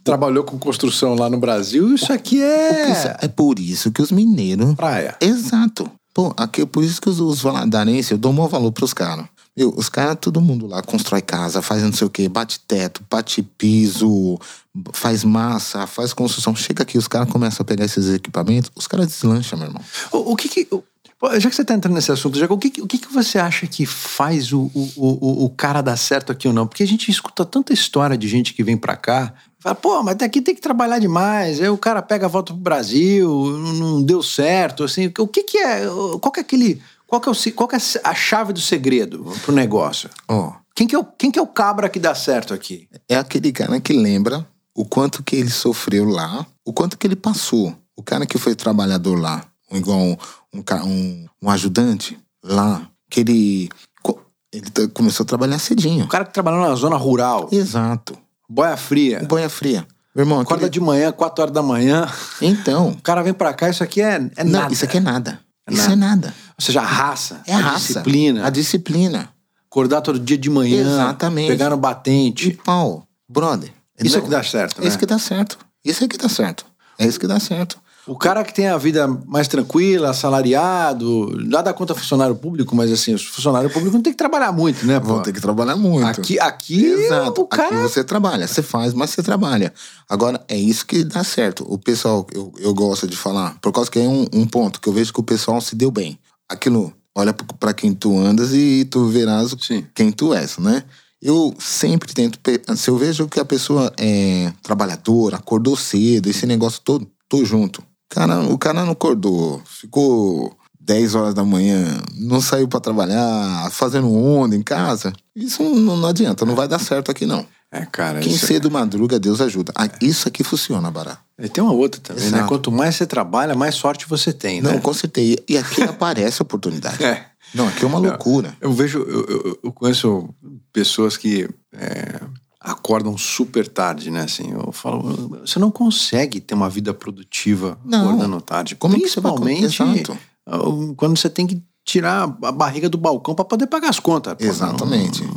[SPEAKER 2] trabalhou com construção lá no Brasil, isso aqui é.
[SPEAKER 3] É por isso que os mineiros
[SPEAKER 2] Praia.
[SPEAKER 3] Exato. Pô, aqui, por isso que os, os valadarenses, eu dou maior valor pros caras. Meu, os caras, todo mundo lá, constrói casa, faz não sei o quê, bate teto, bate piso, b- faz massa, faz construção. Chega aqui, os caras começam a pegar esses equipamentos, os caras deslancham, meu irmão.
[SPEAKER 2] O, o que que- o- pô, já que você está entrando nesse assunto, Jaco, o que, que- o que, que você acha que faz o, o, o, o cara dar certo aqui ou não? Porque a gente escuta tanta história de gente que vem pra cá. Fala, pô, mas daqui tem que trabalhar demais. Aí o cara pega a volta pro Brasil, não não deu certo, assim. O que que é... o- Qual que é aquele... Qual que é, o se- qual que é a chave do segredo pro negócio?
[SPEAKER 3] Ó,
[SPEAKER 2] Quem que, é o, quem que é o cabra que dá certo aqui?
[SPEAKER 3] é aquele cara que lembra o quanto que ele sofreu lá, o quanto que ele passou. O cara que foi trabalhador lá, um- igual um, um, ca- um- um ajudante lá, que ele, co- ele t- começou a trabalhar cedinho.
[SPEAKER 2] O cara que trabalhou na zona rural,
[SPEAKER 3] Exato.
[SPEAKER 2] boia fria,
[SPEAKER 3] Banha Tá. fria. Meu irmão,
[SPEAKER 2] acorda
[SPEAKER 3] aquele-
[SPEAKER 2] de manhã, 4 horas da manhã,
[SPEAKER 3] Então.
[SPEAKER 2] o cara vem pra cá, isso aqui é, é
[SPEAKER 3] não,
[SPEAKER 2] nada.
[SPEAKER 3] isso aqui é nada.
[SPEAKER 2] É
[SPEAKER 3] isso
[SPEAKER 2] nada.
[SPEAKER 3] é nada.
[SPEAKER 2] Ou seja, a raça,
[SPEAKER 3] É
[SPEAKER 2] a
[SPEAKER 3] a raça.
[SPEAKER 2] disciplina,
[SPEAKER 3] A disciplina.
[SPEAKER 2] acordar todo dia de manhã,
[SPEAKER 3] Exatamente.
[SPEAKER 2] pegar no
[SPEAKER 3] De
[SPEAKER 2] batente.
[SPEAKER 3] pau. Brother.
[SPEAKER 2] Isso é
[SPEAKER 3] Não,
[SPEAKER 2] que dá certo,
[SPEAKER 3] É
[SPEAKER 2] né?
[SPEAKER 3] isso que dá certo. Isso é que dá certo. É isso que dá certo.
[SPEAKER 2] O cara que tem a vida mais tranquila, assalariado, nada contra funcionário público, mas assim, os funcionário público não tem que trabalhar muito, né? Pô?
[SPEAKER 3] Vão ter que trabalhar muito.
[SPEAKER 2] Aqui, aqui
[SPEAKER 3] Exato.
[SPEAKER 2] o cara...
[SPEAKER 3] Aqui você trabalha, você faz, mas você trabalha. Agora, é isso que dá certo. O pessoal, eu, eu gosto de falar, por causa que é um, um ponto que eu vejo que o pessoal se deu bem. Aquilo, olha pro- pra quem tu andas e tu verás o-
[SPEAKER 2] Sim.
[SPEAKER 3] quem tu és, né? Eu sempre tento. pe- Se eu vejo que a pessoa é trabalhadora, acordou cedo, esse negócio todo, tô junto. Cara, o cara não acordou, ficou 10 horas da manhã, não saiu pra trabalhar, fazendo onda em casa. Isso não, não adianta, não vai dar certo aqui não.
[SPEAKER 2] É, cara,
[SPEAKER 3] Quem
[SPEAKER 2] isso- É.
[SPEAKER 3] cedo madruga, Deus ajuda. Ah, Isso aqui funciona, Bará.
[SPEAKER 2] E tem uma outra também, né?
[SPEAKER 3] Exato.
[SPEAKER 2] Quanto mais você trabalha, mais sorte você tem,
[SPEAKER 3] Não,
[SPEAKER 2] né?
[SPEAKER 3] com certeza. E
[SPEAKER 2] *laughs*
[SPEAKER 3] aqui aparece oportunidade.
[SPEAKER 2] É.
[SPEAKER 3] Não, aqui é uma loucura.
[SPEAKER 2] Eu vejo, eu, eu- eu conheço pessoas que é, acordam super tarde, né? Assim, eu falo, você não consegue ter uma vida produtiva
[SPEAKER 3] Não.
[SPEAKER 2] acordando tarde.
[SPEAKER 3] Como é que você vai acordar?
[SPEAKER 2] Principalmente
[SPEAKER 3] Exato.
[SPEAKER 2] ah, quando você tem que tirar a barriga do balcão para poder pagar as contas. Pô,
[SPEAKER 3] Exatamente.
[SPEAKER 2] um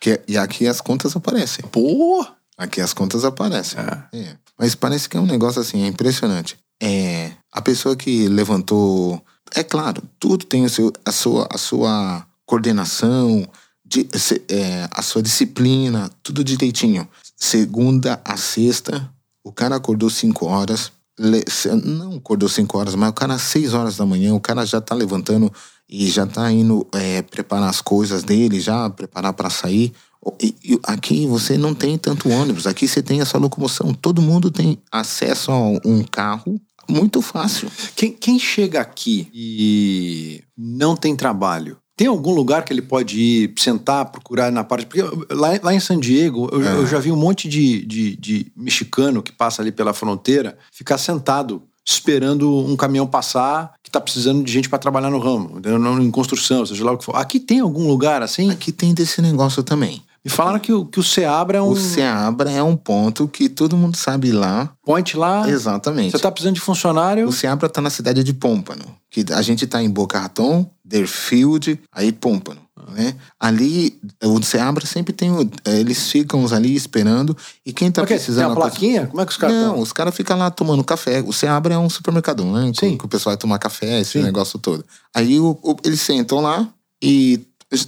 [SPEAKER 3] Que, é, e aqui as contas aparecem.
[SPEAKER 2] não- Pô!
[SPEAKER 3] Aqui as contas aparecem.
[SPEAKER 2] É.
[SPEAKER 3] É. Mas parece que é um negócio assim, é impressionante. É, a pessoa que levantou. É claro, tudo tem o seu, a, sua, a sua coordenação, di- se- é, a sua disciplina, tudo direitinho. Segunda a sexta, o cara acordou 5 horas, le- se- não acordou 5 horas, mas o cara às 6 horas da manhã, o cara já tá levantando e já tá indo é, preparar as coisas dele, já preparar para sair. O- e- e aqui você não tem tanto ônibus, aqui você tem essa locomoção. Todo mundo tem acesso a um carro muito fácil.
[SPEAKER 2] Quem, quem chega aqui e não tem trabalho, tem algum lugar que ele pode ir sentar, procurar na parte? Porque lá, lá em San Diego, eu,
[SPEAKER 3] É.
[SPEAKER 2] eu já vi um monte de, de, de mexicano que passa ali pela fronteira ficar sentado esperando um caminhão passar que tá precisando de gente para trabalhar no ramo, entendeu? Não, em construção, seja lá o que for. Aqui tem algum lugar assim?
[SPEAKER 3] Aqui tem desse negócio também.
[SPEAKER 2] Me falaram que o, que o Seabra é um
[SPEAKER 3] O Seabra é um ponto que todo mundo sabe lá.
[SPEAKER 2] point lá.
[SPEAKER 3] Exatamente.
[SPEAKER 2] Você tá precisando de funcionário?
[SPEAKER 3] O Seabra está na cidade de Pompano, que a gente está em Boca Raton, Deerfield, aí Pompano, né? Ali, o Seabra sempre tem, o- eh, eles ficam ali esperando e quem tá
[SPEAKER 2] Por quê? tem
[SPEAKER 3] precisando...
[SPEAKER 2] uma plaquinha? Como é que os caras
[SPEAKER 3] Não,
[SPEAKER 2] estão?
[SPEAKER 3] os caras ficam lá tomando café. O Seabra é um supermercado, né? Que-
[SPEAKER 2] Sim.
[SPEAKER 3] Que o pessoal vai tomar café, esse negócio todo. Aí o- o- eles sentam lá e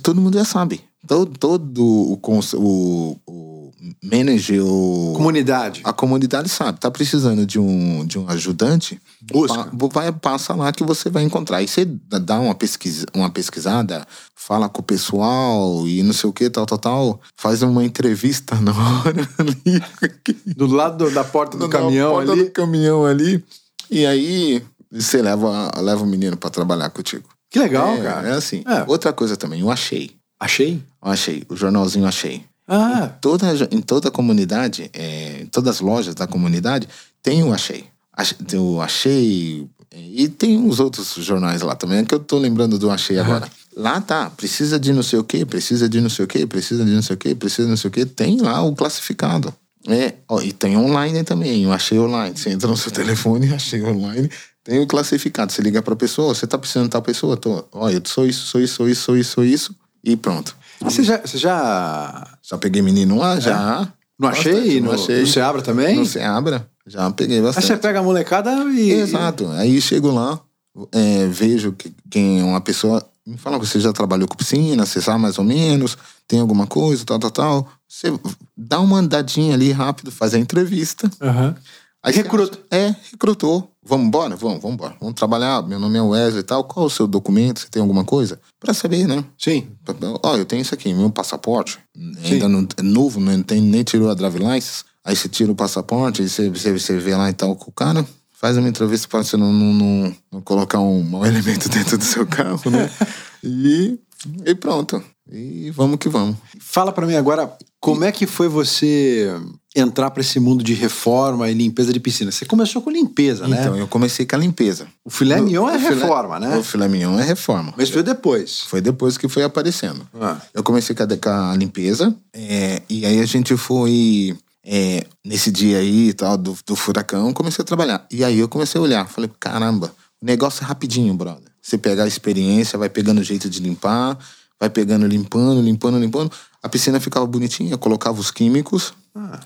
[SPEAKER 3] todo mundo já sabe. Todo, todo o, cons- o, o manager, o
[SPEAKER 2] Comunidade.
[SPEAKER 3] a comunidade sabe, tá precisando de um, de um ajudante,
[SPEAKER 2] Busca.
[SPEAKER 3] pa- vai passa lá que você vai encontrar. E você dá dá uma, pesquisa, uma pesquisada, fala com o pessoal e não sei o que, tal, tal, tal. Faz uma entrevista *laughs* na hora ali.
[SPEAKER 2] Do lado do- da porta do
[SPEAKER 3] na
[SPEAKER 2] caminhão
[SPEAKER 3] porta
[SPEAKER 2] ali.
[SPEAKER 3] do caminhão ali. E aí você leva, leva o menino pra trabalhar contigo.
[SPEAKER 2] Que legal,
[SPEAKER 3] é,
[SPEAKER 2] cara.
[SPEAKER 3] É assim.
[SPEAKER 2] É.
[SPEAKER 3] Outra coisa também, eu achei.
[SPEAKER 2] Achei.
[SPEAKER 3] Eu achei. O jornalzinho eu achei
[SPEAKER 2] Ah,
[SPEAKER 3] toda, em toda a comunidade, é, em todas as lojas da comunidade, tem o Achei. Ach- Tem o Achei. é, E tem uns outros jornais lá também, é que eu tô lembrando do Achei agora. Lá tá, precisa de não sei o quê, precisa de não sei o quê, precisa de não sei o quê, precisa de não sei o quê. Tem lá o classificado. É, ó, e tem online também, o Achei Online. Você entra no seu *laughs* telefone, Achei Online, tem o classificado. Você liga pra pessoa, você tá precisando de tal pessoa? Tô, ó, eu sou isso, sou isso, sou isso, sou isso, sou isso. E pronto.
[SPEAKER 2] você já, você já.
[SPEAKER 3] Já peguei menino lá, já.
[SPEAKER 2] É? Não achei?
[SPEAKER 3] Bastante,
[SPEAKER 2] no, no Seabra também?
[SPEAKER 3] No Seabra, já peguei
[SPEAKER 2] Aí
[SPEAKER 3] bastante.
[SPEAKER 2] você pega a molecada e.
[SPEAKER 3] Exato. Aí chego lá, é, vejo que, quem é uma pessoa. Me fala que você já trabalhou com piscina, você sabe mais ou menos, tem alguma coisa, tal, tal, tal. Você dá uma andadinha ali rápido, faz a entrevista.
[SPEAKER 2] Aham.
[SPEAKER 3] Aí você
[SPEAKER 2] Recruta.
[SPEAKER 3] acha- É, recrutou. Vamos embora? Vamos, vamos embora. Vamos trabalhar. Meu nome é Wesley e tal. Qual o seu documento? Você tem alguma coisa? Pra saber, né?
[SPEAKER 2] Sim.
[SPEAKER 3] Ó, eu tenho isso aqui, meu passaporte. Ainda não, é novo, não tem, nem tirou a drive license. Aí você tira o passaporte, aí você, você, você vê lá e tal com o cara, faz uma entrevista pra você não, não, não, não colocar um mau *laughs* elemento dentro do seu carro, né?
[SPEAKER 2] *laughs*
[SPEAKER 3] e, e pronto. E vamos que vamos.
[SPEAKER 2] Fala pra mim agora, como é que foi você entrar pra esse mundo de reforma e limpeza de piscina? Você começou com limpeza,
[SPEAKER 3] Então,
[SPEAKER 2] né?
[SPEAKER 3] eu comecei com a limpeza.
[SPEAKER 2] O filé mignon é reforma, né?
[SPEAKER 3] O filé mignon é reforma.
[SPEAKER 2] Mas foi depois.
[SPEAKER 3] Foi depois que foi aparecendo.
[SPEAKER 2] Ah.
[SPEAKER 3] Eu comecei com a, com a limpeza, é, e aí a gente foi. é, nesse dia aí e tal, do, do furacão, comecei a trabalhar. E aí eu comecei a olhar, falei, caramba, o negócio é rapidinho, brother. Você pegar a experiência, vai pegando o jeito de limpar, vai pegando, limpando, limpando, limpando. A piscina ficava bonitinha, eu colocava os químicos,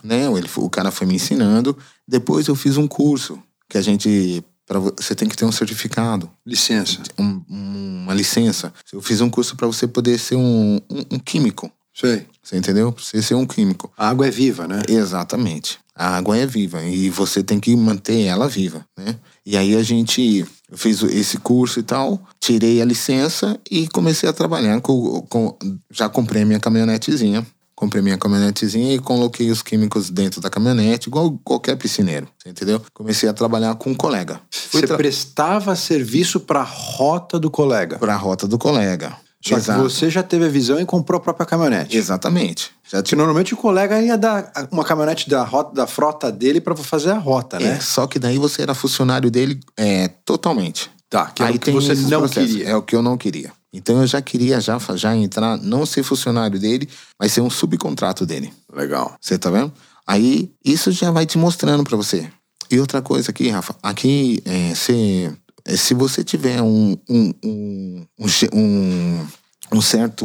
[SPEAKER 3] né? Ele, o cara foi me ensinando. Depois eu fiz um curso que a gente. Pra, vo- você tem que ter um certificado
[SPEAKER 2] Licença.
[SPEAKER 3] um- um- uma licença. Eu fiz um curso para você poder ser um, um- um químico.
[SPEAKER 2] Sei.
[SPEAKER 3] Você entendeu? Pra você ser um químico.
[SPEAKER 2] A água é viva, né?
[SPEAKER 3] Exatamente. A água é viva e você tem que manter ela viva, né? E aí a gente eu fiz o- esse curso e tal, tirei a licença e comecei a trabalhar com, com- já comprei minha caminhonetezinha. Comprei minha caminhonetezinha e coloquei os químicos dentro da caminhonete, igual qualquer piscineiro, você entendeu? Comecei a trabalhar com um colega. Fui
[SPEAKER 2] Você
[SPEAKER 3] tra-
[SPEAKER 2] prestava serviço pra rota do colega.
[SPEAKER 3] pra rota do colega.
[SPEAKER 2] Só
[SPEAKER 3] Exato.
[SPEAKER 2] que você já teve a visão e comprou a própria caminhonete.
[SPEAKER 3] Exatamente. Já
[SPEAKER 2] Porque
[SPEAKER 3] tirou.
[SPEAKER 2] normalmente o colega ia dar uma caminhonete da, rota, da frota dele pra fazer a rota, né?
[SPEAKER 3] É, só que daí você era funcionário dele é, totalmente.
[SPEAKER 2] Tá, que é o que você
[SPEAKER 3] esses
[SPEAKER 2] não
[SPEAKER 3] processos.
[SPEAKER 2] queria.
[SPEAKER 3] É o que eu não queria. Então eu já queria já, fa- já entrar, não ser funcionário dele, mas ser um subcontrato dele.
[SPEAKER 2] Legal.
[SPEAKER 3] Você tá vendo? Aí isso já vai te mostrando pra você. E outra coisa aqui, Rafa, aqui é, se, é, se você tiver um um, um, um, che- um, um certo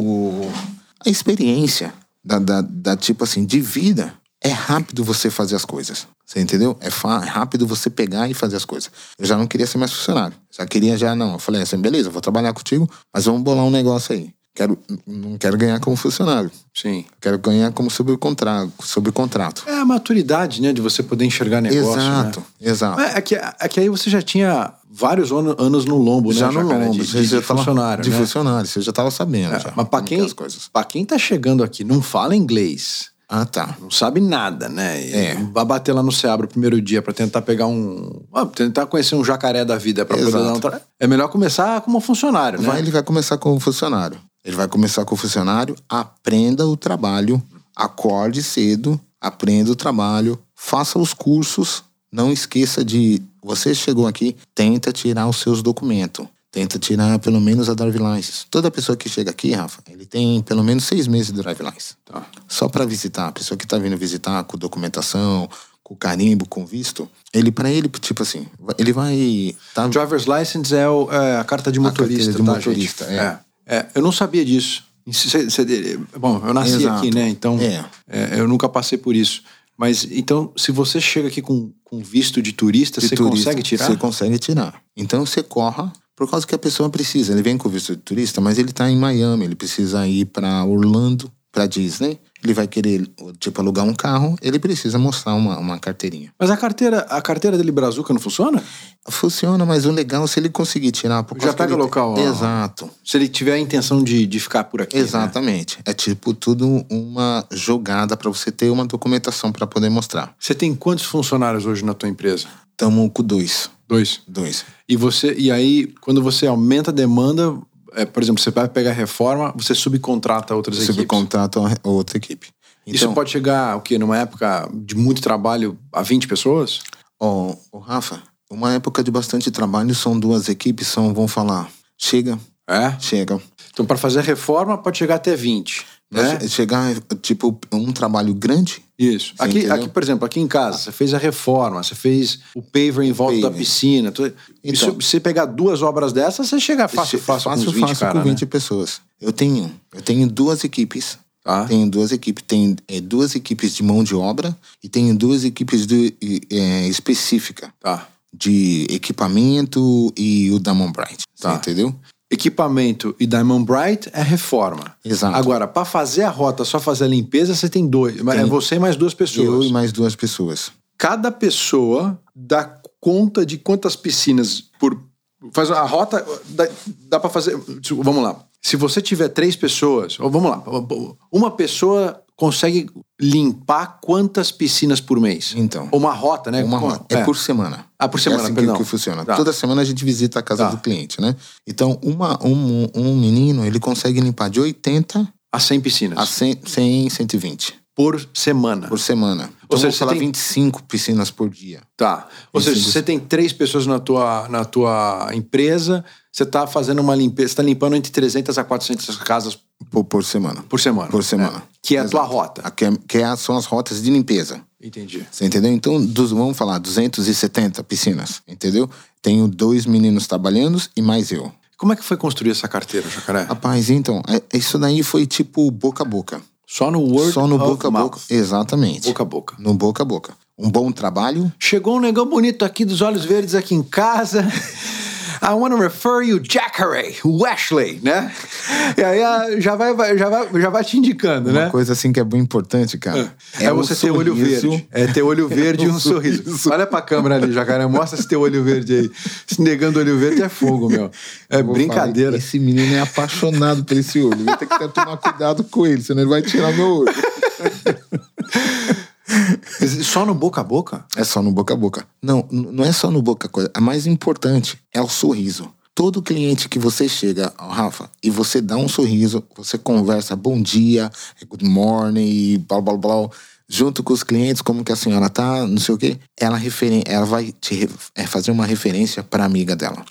[SPEAKER 3] a experiência da, da, da tipo assim de vida é rápido você fazer as coisas. Você entendeu? É, fa- é rápido você pegar e fazer as coisas. Eu já não queria ser mais funcionário. Já queria já não. Eu falei assim, beleza, eu vou trabalhar contigo, mas vamos bolar um negócio aí. Quero, não quero ganhar como funcionário.
[SPEAKER 2] Sim.
[SPEAKER 3] Quero ganhar como sobrecontrato. Sobre contrato.
[SPEAKER 2] É a maturidade, né? De você poder enxergar negócio.
[SPEAKER 3] exato,
[SPEAKER 2] né?
[SPEAKER 3] exato.
[SPEAKER 2] É, é que, é que aí você já tinha vários ano- anos no lombo,
[SPEAKER 3] já
[SPEAKER 2] né?
[SPEAKER 3] no
[SPEAKER 2] Jacaré?
[SPEAKER 3] lombo,
[SPEAKER 2] De,
[SPEAKER 3] você
[SPEAKER 2] de,
[SPEAKER 3] já
[SPEAKER 2] de
[SPEAKER 3] tava-
[SPEAKER 2] funcionário.
[SPEAKER 3] De
[SPEAKER 2] né?
[SPEAKER 3] funcionário, você já estava sabendo. já,
[SPEAKER 2] É, mas pra
[SPEAKER 3] como que
[SPEAKER 2] quem,
[SPEAKER 3] As coisas.
[SPEAKER 2] pra quem tá chegando aqui, não fala inglês,
[SPEAKER 3] Ah, tá.
[SPEAKER 2] não sabe nada, né? E
[SPEAKER 3] É.
[SPEAKER 2] Vai bater lá no Seabra o primeiro dia pra tentar pegar um. ah, tentar conhecer um jacaré da vida pra poder
[SPEAKER 3] Exato.
[SPEAKER 2] dar um tra... É melhor começar como funcionário, né?
[SPEAKER 3] Vai, ele vai começar como funcionário. Ele vai começar como funcionário, aprenda o trabalho, acorde cedo, aprenda o trabalho, faça os cursos, não esqueça de. Você chegou aqui, tenta tirar os seus documentos. Tenta tirar pelo menos a drive license. Toda pessoa que chega aqui, Rafa, ele tem pelo menos seis meses de drive license.
[SPEAKER 2] Tá.
[SPEAKER 3] Só para visitar. A pessoa que tá vindo visitar com documentação, com carimbo, com visto, ele, para ele, tipo assim, ele vai. Tá,
[SPEAKER 2] Driver's license é, o- é a carta de motorista,
[SPEAKER 3] carteira de
[SPEAKER 2] tá,
[SPEAKER 3] motorista,
[SPEAKER 2] gente?
[SPEAKER 3] é.
[SPEAKER 2] É. É, eu não sabia disso. Isso- cê- cê- bom, eu nasci
[SPEAKER 3] Exato.
[SPEAKER 2] aqui, né? Então,
[SPEAKER 3] É.
[SPEAKER 2] é, eu nunca passei por isso. Mas então, se você chega aqui com, com visto de turista,
[SPEAKER 3] de
[SPEAKER 2] Então você
[SPEAKER 3] turista,
[SPEAKER 2] consegue tirar?
[SPEAKER 3] Você consegue tirar. Então você corra por causa que a pessoa precisa. Ele vem com visto de turista, mas ele tá em Miami, ele precisa ir para Orlando, para Disney. Ele vai querer, tipo, alugar um carro, ele precisa mostrar uma, uma carteirinha.
[SPEAKER 2] Mas a carteira, a carteira dele Brazuca não funciona?
[SPEAKER 3] Funciona, mas o legal é se ele conseguir tirar. Por causa
[SPEAKER 2] Já
[SPEAKER 3] que
[SPEAKER 2] pega
[SPEAKER 3] ele-
[SPEAKER 2] o local, ó.
[SPEAKER 3] Exato.
[SPEAKER 2] Se ele tiver a intenção de, de ficar por aqui. né?
[SPEAKER 3] Exatamente. É tipo tudo uma jogada para você ter uma documentação para poder mostrar.
[SPEAKER 2] Você tem quantos funcionários hoje na tua empresa?
[SPEAKER 3] Tamo com dois.
[SPEAKER 2] Dois.
[SPEAKER 3] Dois.
[SPEAKER 2] E você e aí quando você aumenta a demanda, é, por exemplo, você vai pegar reforma, você subcontrata outras equipes.
[SPEAKER 3] Subcontrato a outra equipe. Então,
[SPEAKER 2] Isso pode chegar o quê? Numa época de muito trabalho a 20 pessoas?
[SPEAKER 3] Ó, ô, Rafa, uma época de bastante trabalho, são duas equipes, são, vão falar, chega,
[SPEAKER 2] É.
[SPEAKER 3] chega.
[SPEAKER 2] Então para fazer a reforma pode chegar até 20, né?
[SPEAKER 3] Mas é, Chegar, tipo, um trabalho grande,
[SPEAKER 2] Isso.
[SPEAKER 3] Você
[SPEAKER 2] Aqui,
[SPEAKER 3] entendeu?
[SPEAKER 2] aqui, por exemplo, aqui em casa, você fez a reforma, você fez o paver em volta da
[SPEAKER 3] Paver.
[SPEAKER 2] piscina. tu- Isso,
[SPEAKER 3] Então.
[SPEAKER 2] se você pegar duas obras dessas, você chega fácil,
[SPEAKER 3] che-
[SPEAKER 2] fácil, com uns 20, cara,
[SPEAKER 3] com
[SPEAKER 2] né?
[SPEAKER 3] 20 pessoas. Eu tenho, eu tenho duas equipes.
[SPEAKER 2] Tá.
[SPEAKER 3] Tenho duas equipes, tem é, duas equipes de mão de obra e tenho duas equipes de, e, é, específica
[SPEAKER 2] Tá.
[SPEAKER 3] de equipamento e o da mão Bright.
[SPEAKER 2] Tá.
[SPEAKER 3] Tá. Entendeu?
[SPEAKER 2] Equipamento e Diamond Bright é reforma.
[SPEAKER 3] Exato.
[SPEAKER 2] Agora, para fazer a rota, só fazer a limpeza, você tem dois. mas É você e mais duas
[SPEAKER 3] Eu
[SPEAKER 2] pessoas.
[SPEAKER 3] e mais duas pessoas.
[SPEAKER 2] Cada pessoa dá conta de quantas piscinas por. Faz a rota. Dá, dá para fazer. tipo, Vamos lá. Se você tiver três pessoas, ou vamos lá, uma pessoa consegue limpar quantas piscinas por mês?
[SPEAKER 3] Então.
[SPEAKER 2] Uma rota, né?
[SPEAKER 3] Uma rota. É, por semana.
[SPEAKER 2] Ah, por semana,
[SPEAKER 3] é assim que-
[SPEAKER 2] perdão.
[SPEAKER 3] que funciona.
[SPEAKER 2] Tá.
[SPEAKER 3] Toda semana a gente visita a casa
[SPEAKER 2] Tá.
[SPEAKER 3] do cliente, né? Então, uma, um, um menino, ele consegue limpar de 80
[SPEAKER 2] A 100 piscinas.
[SPEAKER 3] a 100, 100 120
[SPEAKER 2] Por semana.
[SPEAKER 3] por semana. Então,
[SPEAKER 2] Ou seja,
[SPEAKER 3] vamos
[SPEAKER 2] você
[SPEAKER 3] falar
[SPEAKER 2] tem-
[SPEAKER 3] 25 piscinas por dia.
[SPEAKER 2] Tá. Ou
[SPEAKER 3] Isso,
[SPEAKER 2] seja, se
[SPEAKER 3] isso.
[SPEAKER 2] você tem três pessoas na tua, na tua empresa, você está fazendo uma limpeza, você está limpando entre 300 a 400 casas
[SPEAKER 3] Por, por semana.
[SPEAKER 2] por semana.
[SPEAKER 3] Por semana.
[SPEAKER 2] É. Que é a tua rota.
[SPEAKER 3] Ah, Que, é- que é- são as rotas de limpeza.
[SPEAKER 2] Entendi.
[SPEAKER 3] Você entendeu? Então, dos, vamos falar, 270 piscinas, entendeu? Tenho dois meninos trabalhando e mais eu.
[SPEAKER 2] Como é que foi construir essa carteira, Jacaré?
[SPEAKER 3] Rapaz, então, é- isso daí foi tipo boca a boca.
[SPEAKER 2] Só no Word
[SPEAKER 3] Só no
[SPEAKER 2] of
[SPEAKER 3] boca a
[SPEAKER 2] mouth.
[SPEAKER 3] boca. Exatamente.
[SPEAKER 2] Boca a boca.
[SPEAKER 3] No boca a boca. Um bom trabalho.
[SPEAKER 2] Chegou um negão bonito aqui dos olhos verdes aqui em casa. *laughs* I want to refer you Jacare, o Ashley, né? E aí ah, já vai, vai- já vai, já vai te indicando,
[SPEAKER 3] Uma
[SPEAKER 2] né?
[SPEAKER 3] coisa assim que é bem importante, cara. um
[SPEAKER 2] É, você ter olho
[SPEAKER 3] sorriso.
[SPEAKER 2] verde. *laughs* É ter olho verde e um sorriso. Olha pra câmera ali, jacaré. Mostra esse teu olho verde aí. Se negando olho verde é fogo, meu. É
[SPEAKER 3] Vou
[SPEAKER 2] brincadeira.
[SPEAKER 3] falar, esse menino é apaixonado por esse olho. Vai ter que tomar cuidado com ele, senão ele vai tirar meu olho.
[SPEAKER 2] Só no boca a boca?
[SPEAKER 3] É só no boca a boca. Não, n- não é só no boca a coisa. A mais importante é o sorriso. Todo cliente que você chega, ó, Rafa, e você dá um sorriso, você conversa bom dia, é good morning, blá blá blá, junto com os clientes, como que a senhora tá, não sei o quê. Ela, referen ela vai te re- é, fazer uma referência pra amiga dela.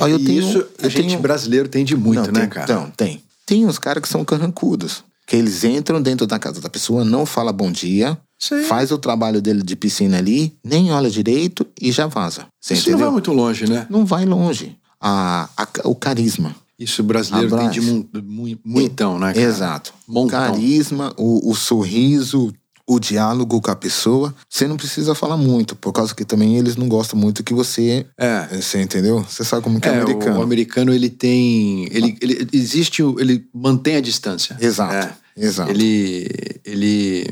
[SPEAKER 3] Ó, eu
[SPEAKER 2] e
[SPEAKER 3] tenho- um,
[SPEAKER 2] isso um- a
[SPEAKER 3] eu
[SPEAKER 2] gente
[SPEAKER 3] tenho-
[SPEAKER 2] brasileiro tem de muito,
[SPEAKER 3] não,
[SPEAKER 2] né,
[SPEAKER 3] tem,
[SPEAKER 2] cara?
[SPEAKER 3] Então, tem. Tem uns caras que são carrancudos. Que eles entram dentro da casa da pessoa, não fala bom dia,
[SPEAKER 2] Sim.
[SPEAKER 3] faz o trabalho dele de piscina ali, nem olha direito e já vaza. Você
[SPEAKER 2] Isso não
[SPEAKER 3] entendeu?
[SPEAKER 2] vai muito longe, né?
[SPEAKER 3] Não vai longe. A, a ca- o carisma.
[SPEAKER 2] Isso brasileiro
[SPEAKER 3] Abraço.
[SPEAKER 2] tem de mu- mu- muitão, né, cara?
[SPEAKER 3] Exato. O
[SPEAKER 2] Montão.
[SPEAKER 3] carisma, o, o sorriso, o diálogo com a pessoa. Você não precisa falar muito, por causa que também eles não gostam muito que você.
[SPEAKER 2] É.
[SPEAKER 3] Você entendeu? Você sabe como que é,
[SPEAKER 2] É,
[SPEAKER 3] americano.
[SPEAKER 2] O americano ele tem, ele, ele existe, o- ele mantém a distância.
[SPEAKER 3] Exato, exato.
[SPEAKER 2] É. Ele, ele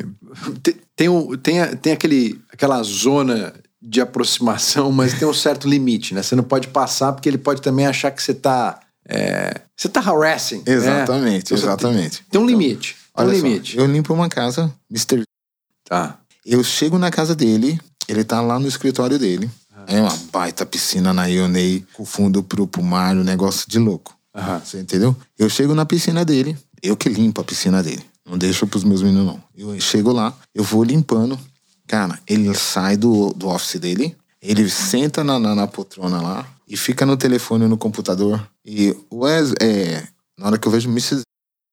[SPEAKER 2] te- tem, um, tem, a- tem aquele, aquela zona de aproximação, mas tem um certo limite, né? Você não pode passar porque ele pode também achar que você tá, é, você tá harassing. né?
[SPEAKER 3] Exatamente,
[SPEAKER 2] Então você
[SPEAKER 3] exatamente.
[SPEAKER 2] Tem, tem um limite, tem um
[SPEAKER 3] Olha só,
[SPEAKER 2] limite.
[SPEAKER 3] eu limpo uma casa, Mr.
[SPEAKER 2] Tá.
[SPEAKER 3] Eu chego na casa dele, ele tá lá no escritório dele. É uma baita piscina na Ionei, com fundo pro, pro mar, um negócio de louco.
[SPEAKER 2] Aham.
[SPEAKER 3] Você entendeu? Eu chego na piscina dele, eu que limpo a piscina dele. Não deixo pros meus meninos, não. Eu chego lá, eu vou limpando. Cara, ele sai do, do office dele, ele senta na, na, na poltrona lá e fica no telefone, no computador. E o Wes, é, na hora que eu vejo Mrs.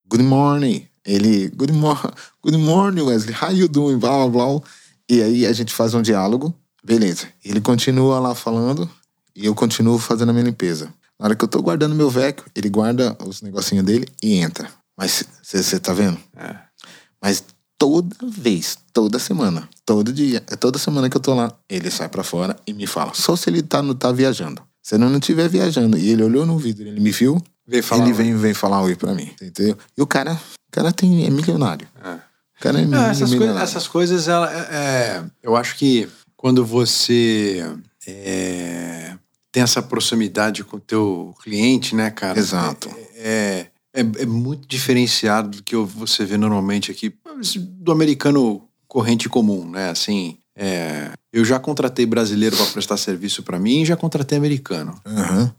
[SPEAKER 3] Good morning. Ele, good, mor *laughs* good morning, Wesley. How you doing? Blá, blá, blá. E aí a gente faz um diálogo. Beleza. Ele continua lá falando e eu continuo fazendo a minha limpeza. Na hora que eu tô guardando meu veco, ele guarda os negocinhos dele e entra. Mas você tá vendo?
[SPEAKER 2] É.
[SPEAKER 3] Mas toda vez, toda semana, todo dia, toda semana que eu tô lá, ele sai pra fora e me fala. Só se ele tá, não tá viajando. Se ele não estiver viajando e ele olhou no vidro, ele me viu,
[SPEAKER 2] Veio falar
[SPEAKER 3] ele
[SPEAKER 2] oi.
[SPEAKER 3] vem, vem falar oi pra mim, entendeu? E o cara, o cara tem, é milionário.
[SPEAKER 2] É.
[SPEAKER 3] O cara é
[SPEAKER 2] Não, essas,
[SPEAKER 3] milionário.
[SPEAKER 2] coisas, essas coisas, ela, é, é, eu acho que quando você é, tem essa proximidade com o teu cliente, né, cara?
[SPEAKER 3] Exato.
[SPEAKER 2] É, é, é muito diferenciado do que eu- você vê normalmente aqui, do americano corrente comum, né? Assim, é, eu já contratei brasileiro para prestar serviço para mim e já contratei americano.
[SPEAKER 3] Aham.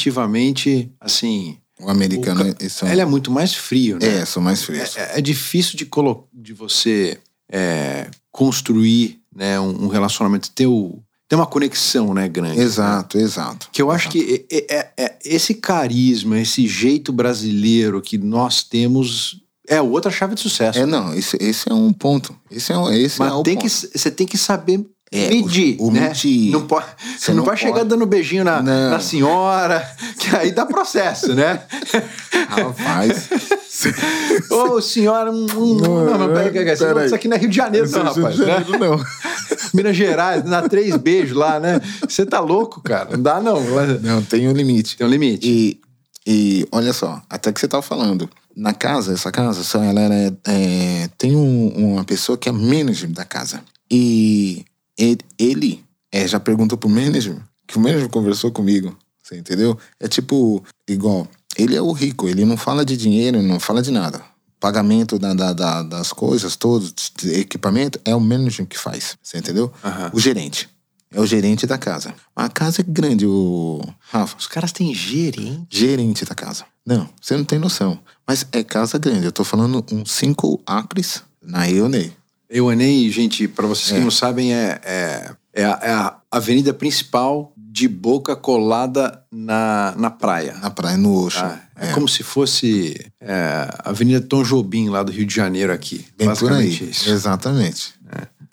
[SPEAKER 2] Definitivamente, assim,
[SPEAKER 3] O americano,
[SPEAKER 2] O
[SPEAKER 3] eles são...
[SPEAKER 2] ele é muito mais frio, né?
[SPEAKER 3] É, são mais frios.
[SPEAKER 2] É, é difícil de, colo- de você é, construir né, um, um relacionamento, ter, o- ter uma conexão né, grande.
[SPEAKER 3] Exato, exato.
[SPEAKER 2] Que eu acho que é- é- é- esse carisma, esse jeito brasileiro que nós temos é outra chave de sucesso.
[SPEAKER 3] É, não, esse, esse é um ponto. Esse é, um- esse é
[SPEAKER 2] Mas
[SPEAKER 3] o
[SPEAKER 2] tem que,
[SPEAKER 3] ponto.
[SPEAKER 2] você tem que saber
[SPEAKER 3] É,
[SPEAKER 2] medir,
[SPEAKER 3] o- o
[SPEAKER 2] né?
[SPEAKER 3] medir.
[SPEAKER 2] Não pode, você não,
[SPEAKER 3] não
[SPEAKER 2] vai
[SPEAKER 3] pode.
[SPEAKER 2] chegar dando beijinho na,
[SPEAKER 3] Não.
[SPEAKER 2] na senhora, *laughs* que aí dá processo, *laughs* né?
[SPEAKER 3] Rapaz.
[SPEAKER 2] *laughs* Ô, senhora, um, um, não, não, peraí, peraí,
[SPEAKER 3] Peraí.
[SPEAKER 2] isso aqui não é Rio de Janeiro, não, rapaz. né?
[SPEAKER 3] não.
[SPEAKER 2] Minas Gerais, na três beijos lá, né? Você tá louco, cara. Não dá, não.
[SPEAKER 3] Não, tem um limite.
[SPEAKER 2] Tem um limite.
[SPEAKER 3] E, e olha só, até que você tava falando. Na casa, essa casa, só ela era, é, tem um- uma pessoa que é manager da casa. E ele, ele, é, já perguntou pro manager, que o manager conversou comigo. Você entendeu? É tipo, igual, ele é o rico, ele não fala de dinheiro, não fala de nada. Pagamento da, da- da- das coisas, todos, de equipamento, é o manager que faz. Você entendeu?
[SPEAKER 2] Aham.
[SPEAKER 3] O gerente. É o gerente da casa. A casa é grande, o Rafa.
[SPEAKER 2] Os caras têm gerente.
[SPEAKER 3] Gerente da casa. Não, você não tem noção. Mas é casa grande. Eu tô falando uns 5 acres na Eonei.
[SPEAKER 2] Eu Enem, gente, pra vocês que não sabem, é, é, é a, é a avenida principal de boca colada na, na praia.
[SPEAKER 3] Na praia, no Oxo.
[SPEAKER 2] Ah, é, como se fosse é, a Avenida Tom Jobim, lá do Rio de Janeiro, aqui.
[SPEAKER 3] Bem por aí.
[SPEAKER 2] Basicamente isso. É.
[SPEAKER 3] Exatamente.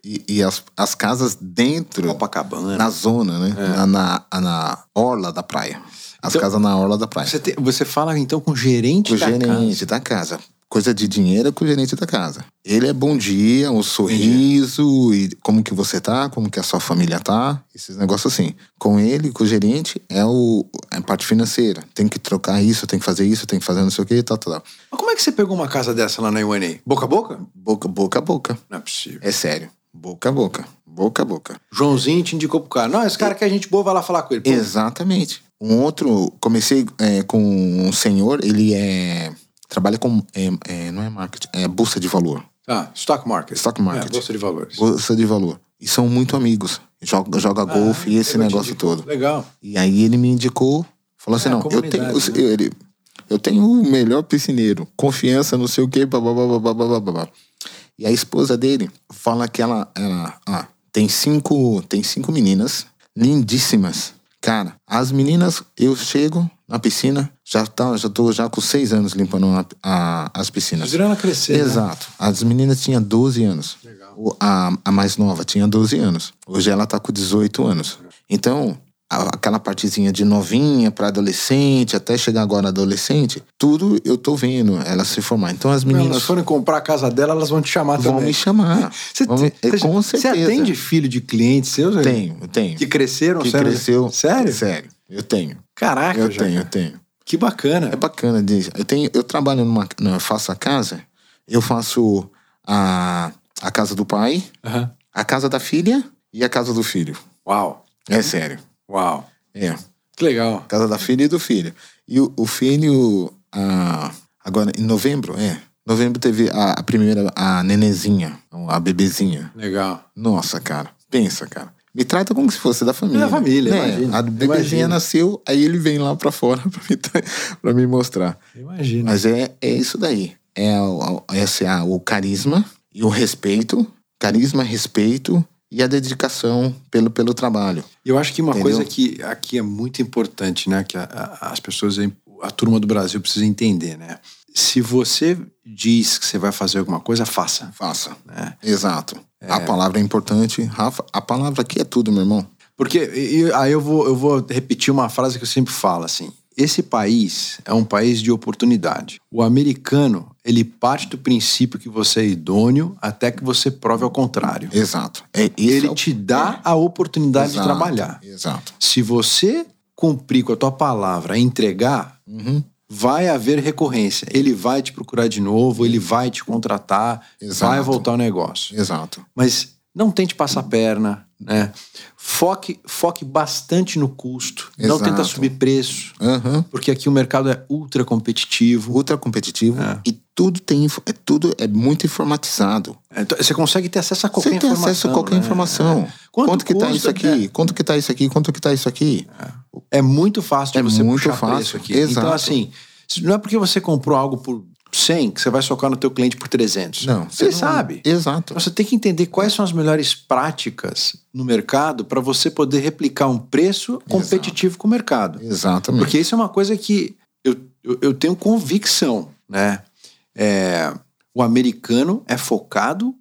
[SPEAKER 3] E, e as, as casas dentro,
[SPEAKER 2] Copacabana. É.
[SPEAKER 3] na zona, né? Na, na, na orla da praia. As casas na orla da praia.
[SPEAKER 2] Então, Você, tem- você fala então com o gerente
[SPEAKER 3] O
[SPEAKER 2] da
[SPEAKER 3] gerente da casa. Coisa de dinheiro é com o gerente da casa. Ele é bom dia, um sorriso, e como que você tá, como que a sua família tá, esses negócios assim. Com ele, com o gerente, é o, a parte financeira. Tem que trocar isso, tem que fazer isso, tem que fazer não sei o que, tal, tal, tal.
[SPEAKER 2] Mas como é que você pegou uma casa dessa lá na UNA? Boca a boca?
[SPEAKER 3] Boca, boca a boca.
[SPEAKER 2] Não é possível.
[SPEAKER 3] É sério. Boca a boca. Boca a boca.
[SPEAKER 2] Joãozinho te indicou pro cara. Não, esse cara que a gente boa, vai lá falar com ele. Pô,
[SPEAKER 3] Exatamente. Um outro, comecei é, com um senhor, ele é. Trabalha com. é, é, não é marketing, é bolsa de valor.
[SPEAKER 2] tá, stock market.
[SPEAKER 3] Stock market.
[SPEAKER 2] É, bolsa de valores.
[SPEAKER 3] Bolsa de valor. E são muito amigos. Joga,
[SPEAKER 2] Ah,
[SPEAKER 3] joga golfe e esse
[SPEAKER 2] Ele é, te
[SPEAKER 3] negócio
[SPEAKER 2] indicou.
[SPEAKER 3] todo.
[SPEAKER 2] Legal.
[SPEAKER 3] E aí ele me indicou, falou assim:
[SPEAKER 2] É,
[SPEAKER 3] não, eu
[SPEAKER 2] comunidade,
[SPEAKER 3] tenho.
[SPEAKER 2] né?
[SPEAKER 3] eu- ele, eu tenho o melhor piscineiro, confiança, não sei o quê, babá, babá, babá, babá, babá. E a esposa dele fala que ela. ela ah, tem cinco, tem cinco meninas lindíssimas. Cara, as meninas, eu chego na piscina, já, tá, já tô já com seis anos limpando a- a- as piscinas.
[SPEAKER 2] Fizeram ela crescer. né?
[SPEAKER 3] Exato. As meninas tinham 12 anos.
[SPEAKER 2] Legal.
[SPEAKER 3] O- A, a mais nova tinha 12 anos. Hoje ela tá com 18 anos. Então, a- aquela partezinha de novinha pra adolescente, até chegar agora adolescente, tudo eu tô vendo ela se formar. Então as
[SPEAKER 2] Quando
[SPEAKER 3] meninas
[SPEAKER 2] elas forem comprar a casa dela, elas vão te chamar
[SPEAKER 3] vão
[SPEAKER 2] também.
[SPEAKER 3] me chamar.
[SPEAKER 2] Você,
[SPEAKER 3] Vão me-
[SPEAKER 2] você-
[SPEAKER 3] com
[SPEAKER 2] você
[SPEAKER 3] certeza.
[SPEAKER 2] atende filho de clientes seus? Jair?
[SPEAKER 3] Tenho, eu tenho.
[SPEAKER 2] Que cresceram?
[SPEAKER 3] Que
[SPEAKER 2] sério?
[SPEAKER 3] cresceu.
[SPEAKER 2] Sério?
[SPEAKER 3] Sério. Eu tenho.
[SPEAKER 2] Caraca,
[SPEAKER 3] Eu
[SPEAKER 2] já.
[SPEAKER 3] tenho, eu tenho.
[SPEAKER 2] Que bacana.
[SPEAKER 3] É bacana, diz. Eu tenho, eu trabalho numa, não, eu faço a casa, eu faço a, a casa do pai,
[SPEAKER 2] Aham.
[SPEAKER 3] a casa da filha e a casa do filho.
[SPEAKER 2] Uau,
[SPEAKER 3] É sério.
[SPEAKER 2] uau.
[SPEAKER 3] É.
[SPEAKER 2] Que legal.
[SPEAKER 3] Casa da filha e do filho. E o, o filho, ah, agora em novembro, é. Novembro teve a, a primeira, a nenezinha, então, a bebezinha.
[SPEAKER 2] Legal.
[SPEAKER 3] Nossa, cara. Pensa, cara. Me trata como se fosse da família. Né?
[SPEAKER 2] Da família, imagina,
[SPEAKER 3] A bebezinha
[SPEAKER 2] imagina.
[SPEAKER 3] nasceu, aí ele vem lá pra fora *laughs* pra me, tra- pra me mostrar.
[SPEAKER 2] Imagina.
[SPEAKER 3] Mas é, é isso daí. É o, o- esse, é o carisma e o respeito. Carisma, respeito e a dedicação pelo, pelo trabalho.
[SPEAKER 2] Eu acho que uma
[SPEAKER 3] Entendeu?
[SPEAKER 2] coisa que aqui é muito importante, né? Que a- a- as pessoas, a turma do Brasil precisa entender, né? Se você diz que você vai fazer alguma coisa, faça.
[SPEAKER 3] Faça.
[SPEAKER 2] né?
[SPEAKER 3] Exato. A palavra é importante. Rafa, a palavra aqui é tudo, meu irmão.
[SPEAKER 2] Porque e- e- aí eu vou, eu vou repetir uma frase que eu sempre falo, assim. Esse país é um país de oportunidade. O americano, ele parte do princípio que você é idôneo até que você prove ao contrário.
[SPEAKER 3] Exato. É, esse
[SPEAKER 2] Ele
[SPEAKER 3] é o-
[SPEAKER 2] te dá a oportunidade
[SPEAKER 3] Exato,
[SPEAKER 2] de trabalhar.
[SPEAKER 3] Exato.
[SPEAKER 2] Se você cumprir com a tua palavra, entregar,
[SPEAKER 3] Uhum.
[SPEAKER 2] vai haver recorrência. Ele vai te procurar de novo, ele vai te contratar,
[SPEAKER 3] Exato.
[SPEAKER 2] vai voltar o negócio.
[SPEAKER 3] Exato.
[SPEAKER 2] Mas não tente passar perna, né? Foque, foque bastante no custo. Não
[SPEAKER 3] Exato.
[SPEAKER 2] tenta subir preço,
[SPEAKER 3] Aham.
[SPEAKER 2] porque aqui o mercado é ultra competitivo.
[SPEAKER 3] Ultra competitivo
[SPEAKER 2] É.
[SPEAKER 3] e tudo tem info- é, tudo é muito informatizado.
[SPEAKER 2] Então, você consegue ter acesso a qualquer
[SPEAKER 3] Você tem
[SPEAKER 2] informação.
[SPEAKER 3] acesso a qualquer
[SPEAKER 2] né?
[SPEAKER 3] informação.
[SPEAKER 2] Quanto
[SPEAKER 3] Quanto, que tá
[SPEAKER 2] custa, né?
[SPEAKER 3] isso aqui? Quanto que tá isso aqui? Quanto que tá isso aqui?
[SPEAKER 2] É muito fácil de
[SPEAKER 3] É
[SPEAKER 2] você
[SPEAKER 3] muito
[SPEAKER 2] puxar
[SPEAKER 3] fácil,
[SPEAKER 2] preço aqui. Então,
[SPEAKER 3] exato.
[SPEAKER 2] assim, se- não é porque você comprou algo por 100 que você vai socar no teu cliente por 300.
[SPEAKER 3] Não. você
[SPEAKER 2] Ele
[SPEAKER 3] não-
[SPEAKER 2] sabe.
[SPEAKER 3] Exato.
[SPEAKER 2] Então, Você tem que entender quais são as melhores práticas no mercado para você poder replicar um preço competitivo com o mercado.
[SPEAKER 3] Exatamente.
[SPEAKER 2] Porque isso é uma coisa que eu, eu, eu tenho convicção, né? É, o americano é focado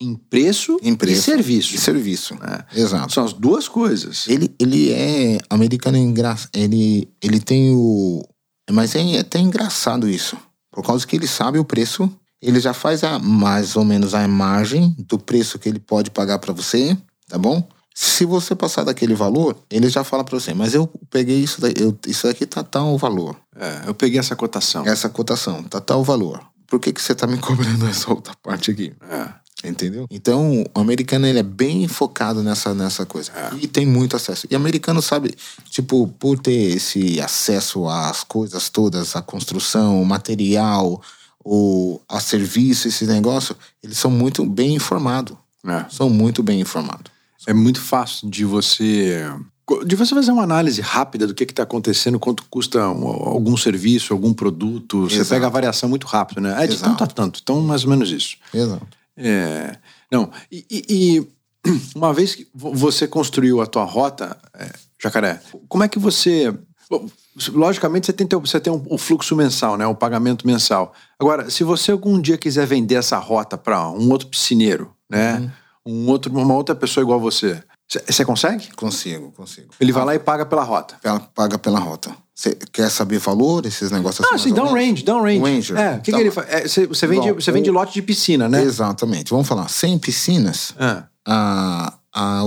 [SPEAKER 2] em preço,
[SPEAKER 3] Em preço.
[SPEAKER 2] e serviço.
[SPEAKER 3] E serviço.
[SPEAKER 2] É.
[SPEAKER 3] Exato.
[SPEAKER 2] São as duas coisas.
[SPEAKER 3] Ele, ele é americano engraçado. Ele, ele tem o. Mas é até engraçado isso. Por causa que ele sabe o preço, ele já faz a, mais ou menos a margem do preço que ele pode pagar pra você, tá bom? Se você passar daquele valor, ele já fala pra você, mas eu peguei isso daí, eu, isso daqui tá tal valor.
[SPEAKER 2] É, eu peguei essa cotação.
[SPEAKER 3] Essa cotação, tá tal valor. Por que, que você tá me *laughs* cobrando essa outra parte aqui?
[SPEAKER 2] É.
[SPEAKER 3] Entendeu? Então, o americano ele é bem focado nessa, nessa coisa.
[SPEAKER 2] É.
[SPEAKER 3] E tem muito acesso. E o americano sabe, tipo, por ter esse acesso às coisas todas, à construção, o material, o, a serviço, esse negócio, eles são muito bem informados.
[SPEAKER 2] É.
[SPEAKER 3] São muito bem informados.
[SPEAKER 2] É muito fácil de você de você fazer uma análise rápida do que está acontecendo, quanto custa um- algum serviço, algum produto. Você
[SPEAKER 3] Exato.
[SPEAKER 2] pega a variação muito rápido, né? É de
[SPEAKER 3] Exato.
[SPEAKER 2] tanto a tanto. Então, mais ou menos isso.
[SPEAKER 3] Exato.
[SPEAKER 2] É, não, e, e- *clears throat* e uma vez que vo- você construiu a tua rota, é, Jacaré, como é que você... bom, Logicamente, você tem, teu- você tem um, o fluxo mensal, né? O pagamento mensal. Agora, se você algum dia quiser vender essa rota para um outro piscineiro, né? Um outro, uma outra pessoa igual a você, você- você consegue?
[SPEAKER 3] Consigo, consigo.
[SPEAKER 2] Ele vai lá e paga pela rota.
[SPEAKER 3] Ela paga pela rota. Você quer saber valor, esses negócios assim,
[SPEAKER 2] Ah,
[SPEAKER 3] mais
[SPEAKER 2] sim,
[SPEAKER 3] ou
[SPEAKER 2] dá um
[SPEAKER 3] menos?
[SPEAKER 2] range, dá um range.
[SPEAKER 3] Ranger.
[SPEAKER 2] É, o que,
[SPEAKER 3] Tá
[SPEAKER 2] que ele
[SPEAKER 3] bom.
[SPEAKER 2] faz? É, você, você vende,
[SPEAKER 3] Bom,
[SPEAKER 2] você vende
[SPEAKER 3] o-
[SPEAKER 2] lote de piscina, né?
[SPEAKER 3] Exatamente. Vamos falar, 100 piscinas,
[SPEAKER 2] Ah,
[SPEAKER 3] a, a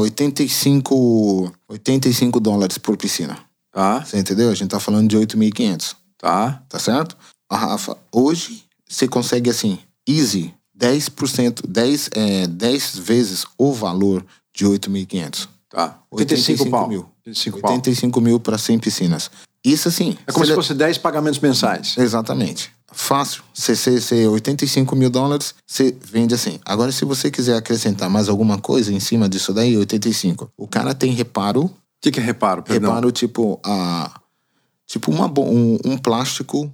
[SPEAKER 3] 85, 85 dólares por piscina.
[SPEAKER 2] tá,
[SPEAKER 3] Você entendeu? A gente tá falando de 8.500,
[SPEAKER 2] tá.
[SPEAKER 3] tá certo? A Rafa, hoje você consegue assim, easy, 10%, 10, é, 10 vezes o valor de 8.500.
[SPEAKER 2] Tá. 85 pau.
[SPEAKER 3] mil.
[SPEAKER 2] 85 pau.
[SPEAKER 3] 85 mil para 100 piscinas. Isso assim.
[SPEAKER 2] É como se
[SPEAKER 3] você-
[SPEAKER 2] fosse 10 pagamentos mensais.
[SPEAKER 3] Exatamente. Fácil. Você, você, você 85 mil dólares, você vende assim. Agora, se você quiser acrescentar mais alguma coisa em cima disso daí, 85. O cara tem reparo,
[SPEAKER 2] O que, que é reparo? Perdão.
[SPEAKER 3] reparo tipo a tipo uma bo- um, um plástico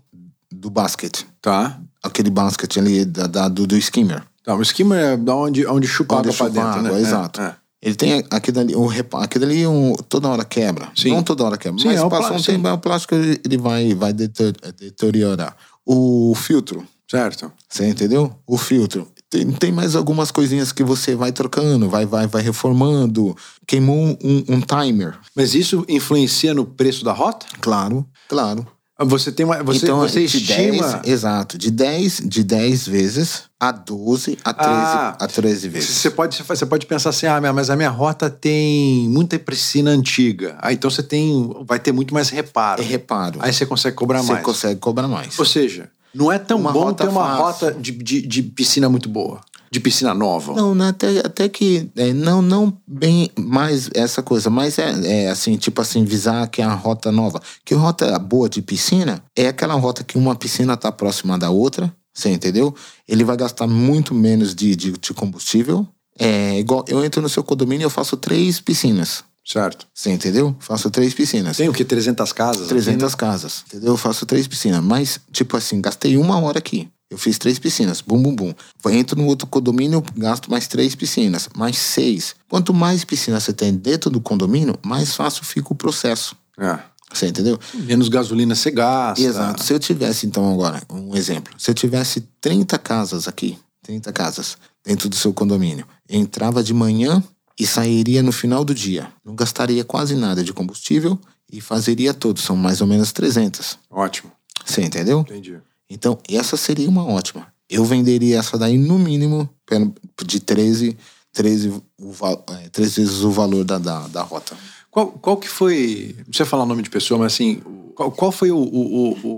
[SPEAKER 3] do basquete
[SPEAKER 2] Tá.
[SPEAKER 3] aquele basquete ali da, da- do, do skimmer
[SPEAKER 2] Tá, o esquema é da onde, onde chupa
[SPEAKER 3] Onde
[SPEAKER 2] água pra
[SPEAKER 3] chupa
[SPEAKER 2] dentro,
[SPEAKER 3] água,
[SPEAKER 2] né? É,
[SPEAKER 3] exato
[SPEAKER 2] é.
[SPEAKER 3] ele tem aquele ali o repa- aquele ali um, toda hora quebra
[SPEAKER 2] Sim.
[SPEAKER 3] não toda hora quebra
[SPEAKER 2] Sim,
[SPEAKER 3] mas
[SPEAKER 2] é o
[SPEAKER 3] passa um
[SPEAKER 2] plástico,
[SPEAKER 3] tempo aí o plástico ele ele vai vai deter- deteriorar o filtro
[SPEAKER 2] Certo.
[SPEAKER 3] você entendeu o filtro Tem, tem mais algumas coisinhas que você vai trocando, vai, vai, vai reformando. Queimou um, um timer.
[SPEAKER 2] Mas isso influencia no preço da rota?
[SPEAKER 3] Claro, claro.
[SPEAKER 2] Ah, Você tem uma. Você,
[SPEAKER 3] então,
[SPEAKER 2] você
[SPEAKER 3] de
[SPEAKER 2] estima.
[SPEAKER 3] 10, exato, de 10, de 10 vezes a 12, a 13,
[SPEAKER 2] Ah.
[SPEAKER 3] a 13 vezes.
[SPEAKER 2] Você pode, você pode pensar assim, ah, mas a minha rota tem muita piscina antiga. Ah, então você tem, vai ter muito mais reparo.
[SPEAKER 3] É reparo.
[SPEAKER 2] Aí você consegue cobrar
[SPEAKER 3] você
[SPEAKER 2] mais.
[SPEAKER 3] consegue cobrar mais.
[SPEAKER 2] Ou seja, não é tão
[SPEAKER 3] Uma
[SPEAKER 2] bom
[SPEAKER 3] rota
[SPEAKER 2] ter uma
[SPEAKER 3] fácil.
[SPEAKER 2] rota de, de, de piscina muito boa, de piscina nova.
[SPEAKER 3] Não, né, até, até que é, não, não bem mais essa coisa, mas é, é assim, tipo assim, visar que é a rota nova. Que rota boa de piscina é aquela rota que uma piscina tá próxima da outra, você entendeu? Ele vai gastar muito menos de, de, de combustível. É igual, eu entro no seu condomínio e eu faço três piscinas,
[SPEAKER 2] Certo.
[SPEAKER 3] você entendeu? Faço três piscinas.
[SPEAKER 2] Tem o que? 300 casas?
[SPEAKER 3] 300 casas, entendeu? Eu faço três piscinas, mas, tipo assim, gastei uma hora aqui. Eu fiz três piscinas, bum, bum, bum. Vou- Entro no outro condomínio, gasto mais três piscinas, mais seis. Quanto mais piscinas você tem dentro do condomínio, mais fácil fica o processo.
[SPEAKER 2] É.
[SPEAKER 3] Você entendeu?
[SPEAKER 2] Menos gasolina você gasta.
[SPEAKER 3] Exato. Se eu tivesse, então, agora, um exemplo. Se eu tivesse 30 casas aqui, 30 casas dentro do seu condomínio, entrava de manhã e sairia no final do dia. Não gastaria quase nada de combustível e fazeria todos. São mais ou menos 300.
[SPEAKER 2] Ótimo.
[SPEAKER 3] Você entendeu?
[SPEAKER 2] Entendi.
[SPEAKER 3] Então, essa seria uma ótima. Eu venderia essa daí no mínimo pelo- de 13, 13, o val- é, 13 vezes o valor da, da, da rota.
[SPEAKER 2] Qual, qual que foi. Não precisa falar o nome de pessoa, mas assim. Qual, qual foi o, o, o,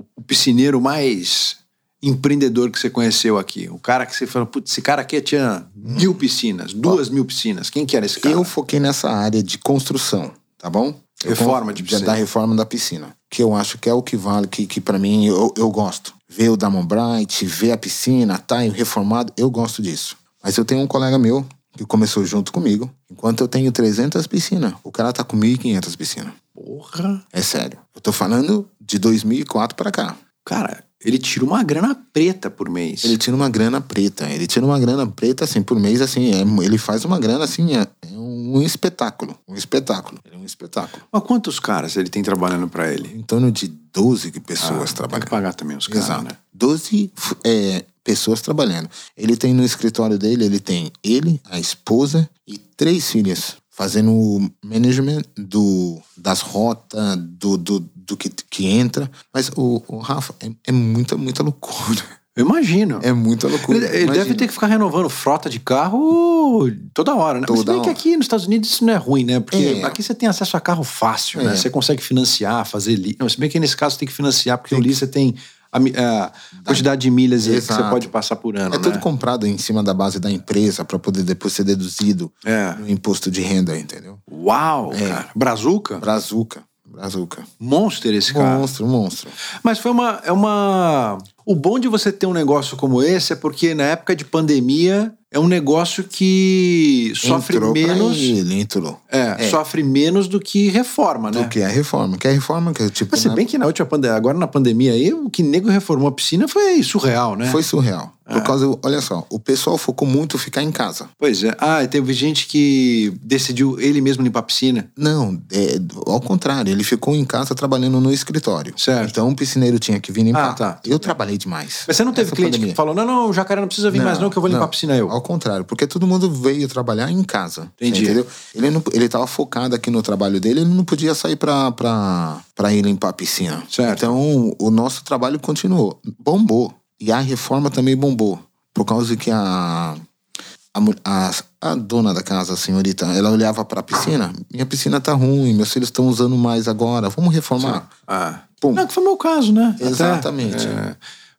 [SPEAKER 2] o, o piscineiro mais empreendedor que você conheceu aqui? O cara que você falou, putz, esse cara aqui tinha mil piscinas, duas mil piscinas. Quem que era esse cara?
[SPEAKER 3] Eu foquei nessa área de construção, tá bom? Eu
[SPEAKER 2] Reforma
[SPEAKER 3] con-
[SPEAKER 2] de piscina.
[SPEAKER 3] Da reforma da piscina. Que eu acho que é o que vale, que, que para mim eu, eu gosto. Ver o Damon Bright, ver a piscina, tá reformado, eu gosto disso. Mas eu tenho um colega meu que começou junto comigo. Enquanto eu tenho 300 piscinas, o cara tá com 1.500 piscinas.
[SPEAKER 2] Porra!
[SPEAKER 3] É sério. Eu tô falando de 2004 pra cá.
[SPEAKER 2] Cara, ele tira uma grana preta por mês.
[SPEAKER 3] Ele tira uma grana preta. Ele tira uma grana preta, assim, por mês, assim. é mu- ele faz uma grana, assim, é, é um espetáculo. Um espetáculo. Ele é um espetáculo.
[SPEAKER 2] Mas quantos caras ele tem trabalhando pra ele? Ah,
[SPEAKER 3] Em torno de 12 pessoas
[SPEAKER 2] Tem que
[SPEAKER 3] trabalhando.
[SPEAKER 2] pagar também os caras,
[SPEAKER 3] Exato.
[SPEAKER 2] né?
[SPEAKER 3] 12 f- é, pessoas trabalhando. Ele tem no escritório dele, ele tem ele, a esposa e três filhas. Fazendo o management do, das rotas, do, do, do que, que entra. Mas o, o Rafa, é, é muita, muita loucura.
[SPEAKER 2] Eu imagino.
[SPEAKER 3] É muita
[SPEAKER 2] Ele,
[SPEAKER 3] loucura.
[SPEAKER 2] ele
[SPEAKER 3] Imagina.
[SPEAKER 2] deve ter que ficar renovando frota de carro toda hora, né? Mas
[SPEAKER 3] Toda
[SPEAKER 2] bem que
[SPEAKER 3] hora.
[SPEAKER 2] aqui nos Estados Unidos isso não é ruim, né? Porque
[SPEAKER 3] É.
[SPEAKER 2] aqui você tem acesso a carro fácil, né?
[SPEAKER 3] É.
[SPEAKER 2] Você consegue financiar, fazer li... Não, se bem que nesse caso tem que financiar, porque o li você tem a, mi- a quantidade de milhas que você
[SPEAKER 3] Exato.
[SPEAKER 2] pode passar por ano,
[SPEAKER 3] É
[SPEAKER 2] né?
[SPEAKER 3] tudo comprado em cima da base da empresa para poder depois ser deduzido
[SPEAKER 2] É.
[SPEAKER 3] no imposto de renda, entendeu?
[SPEAKER 2] Uau,
[SPEAKER 3] É.
[SPEAKER 2] cara. Brazuca?
[SPEAKER 3] Brazuca. Brazuca.
[SPEAKER 2] Monster esse cara.
[SPEAKER 3] Monstro, monstro.
[SPEAKER 2] Mas foi uma, é uma. O bom de você ter um negócio como esse é porque na época de pandemia é um negócio que sofre
[SPEAKER 3] Entrou pra
[SPEAKER 2] menos.
[SPEAKER 3] Ele entrou.
[SPEAKER 2] É, sofre menos do que reforma, né?
[SPEAKER 3] Do que a reforma. Que a reforma que tipo,
[SPEAKER 2] Mas se
[SPEAKER 3] na-
[SPEAKER 2] bem que na última pandemia, agora na pandemia aí, o que nego reformou a piscina foi surreal, né?
[SPEAKER 3] foi surreal. Por causa, olha só, o pessoal focou muito em ficar em casa.
[SPEAKER 2] Pois é. Ah, e teve gente que decidiu ele mesmo limpar a piscina.
[SPEAKER 3] Não, é, ao contrário, ele ficou em casa trabalhando no escritório.
[SPEAKER 2] Certo.
[SPEAKER 3] Então o piscineiro tinha que vir limpar.
[SPEAKER 2] Ah, tá.
[SPEAKER 3] Eu trabalhei demais.
[SPEAKER 2] Mas você não teve
[SPEAKER 3] Essa
[SPEAKER 2] cliente
[SPEAKER 3] pandemia.
[SPEAKER 2] que falou, não, não, o jacaré não precisa vir mais não, que eu vou limpar a piscina eu.
[SPEAKER 3] Ao contrário, porque todo mundo veio trabalhar em casa.
[SPEAKER 2] Entendi.
[SPEAKER 3] Entendeu? Ele, não, ele tava focado aqui no trabalho dele, ele não podia sair pra, pra, pra ir limpar a piscina.
[SPEAKER 2] Certo.
[SPEAKER 3] Então, o nosso trabalho continuou. Bombou. E a reforma também bombou. Por causa que a. A, mu- a, a dona da casa, a senhorita, ela olhava pra piscina. Minha piscina tá ruim, meus filhos estão usando mais agora. Vamos reformar.
[SPEAKER 2] Ah.
[SPEAKER 3] Pum.
[SPEAKER 2] Não, que foi o meu caso, né? Até,
[SPEAKER 3] Exatamente.
[SPEAKER 2] é.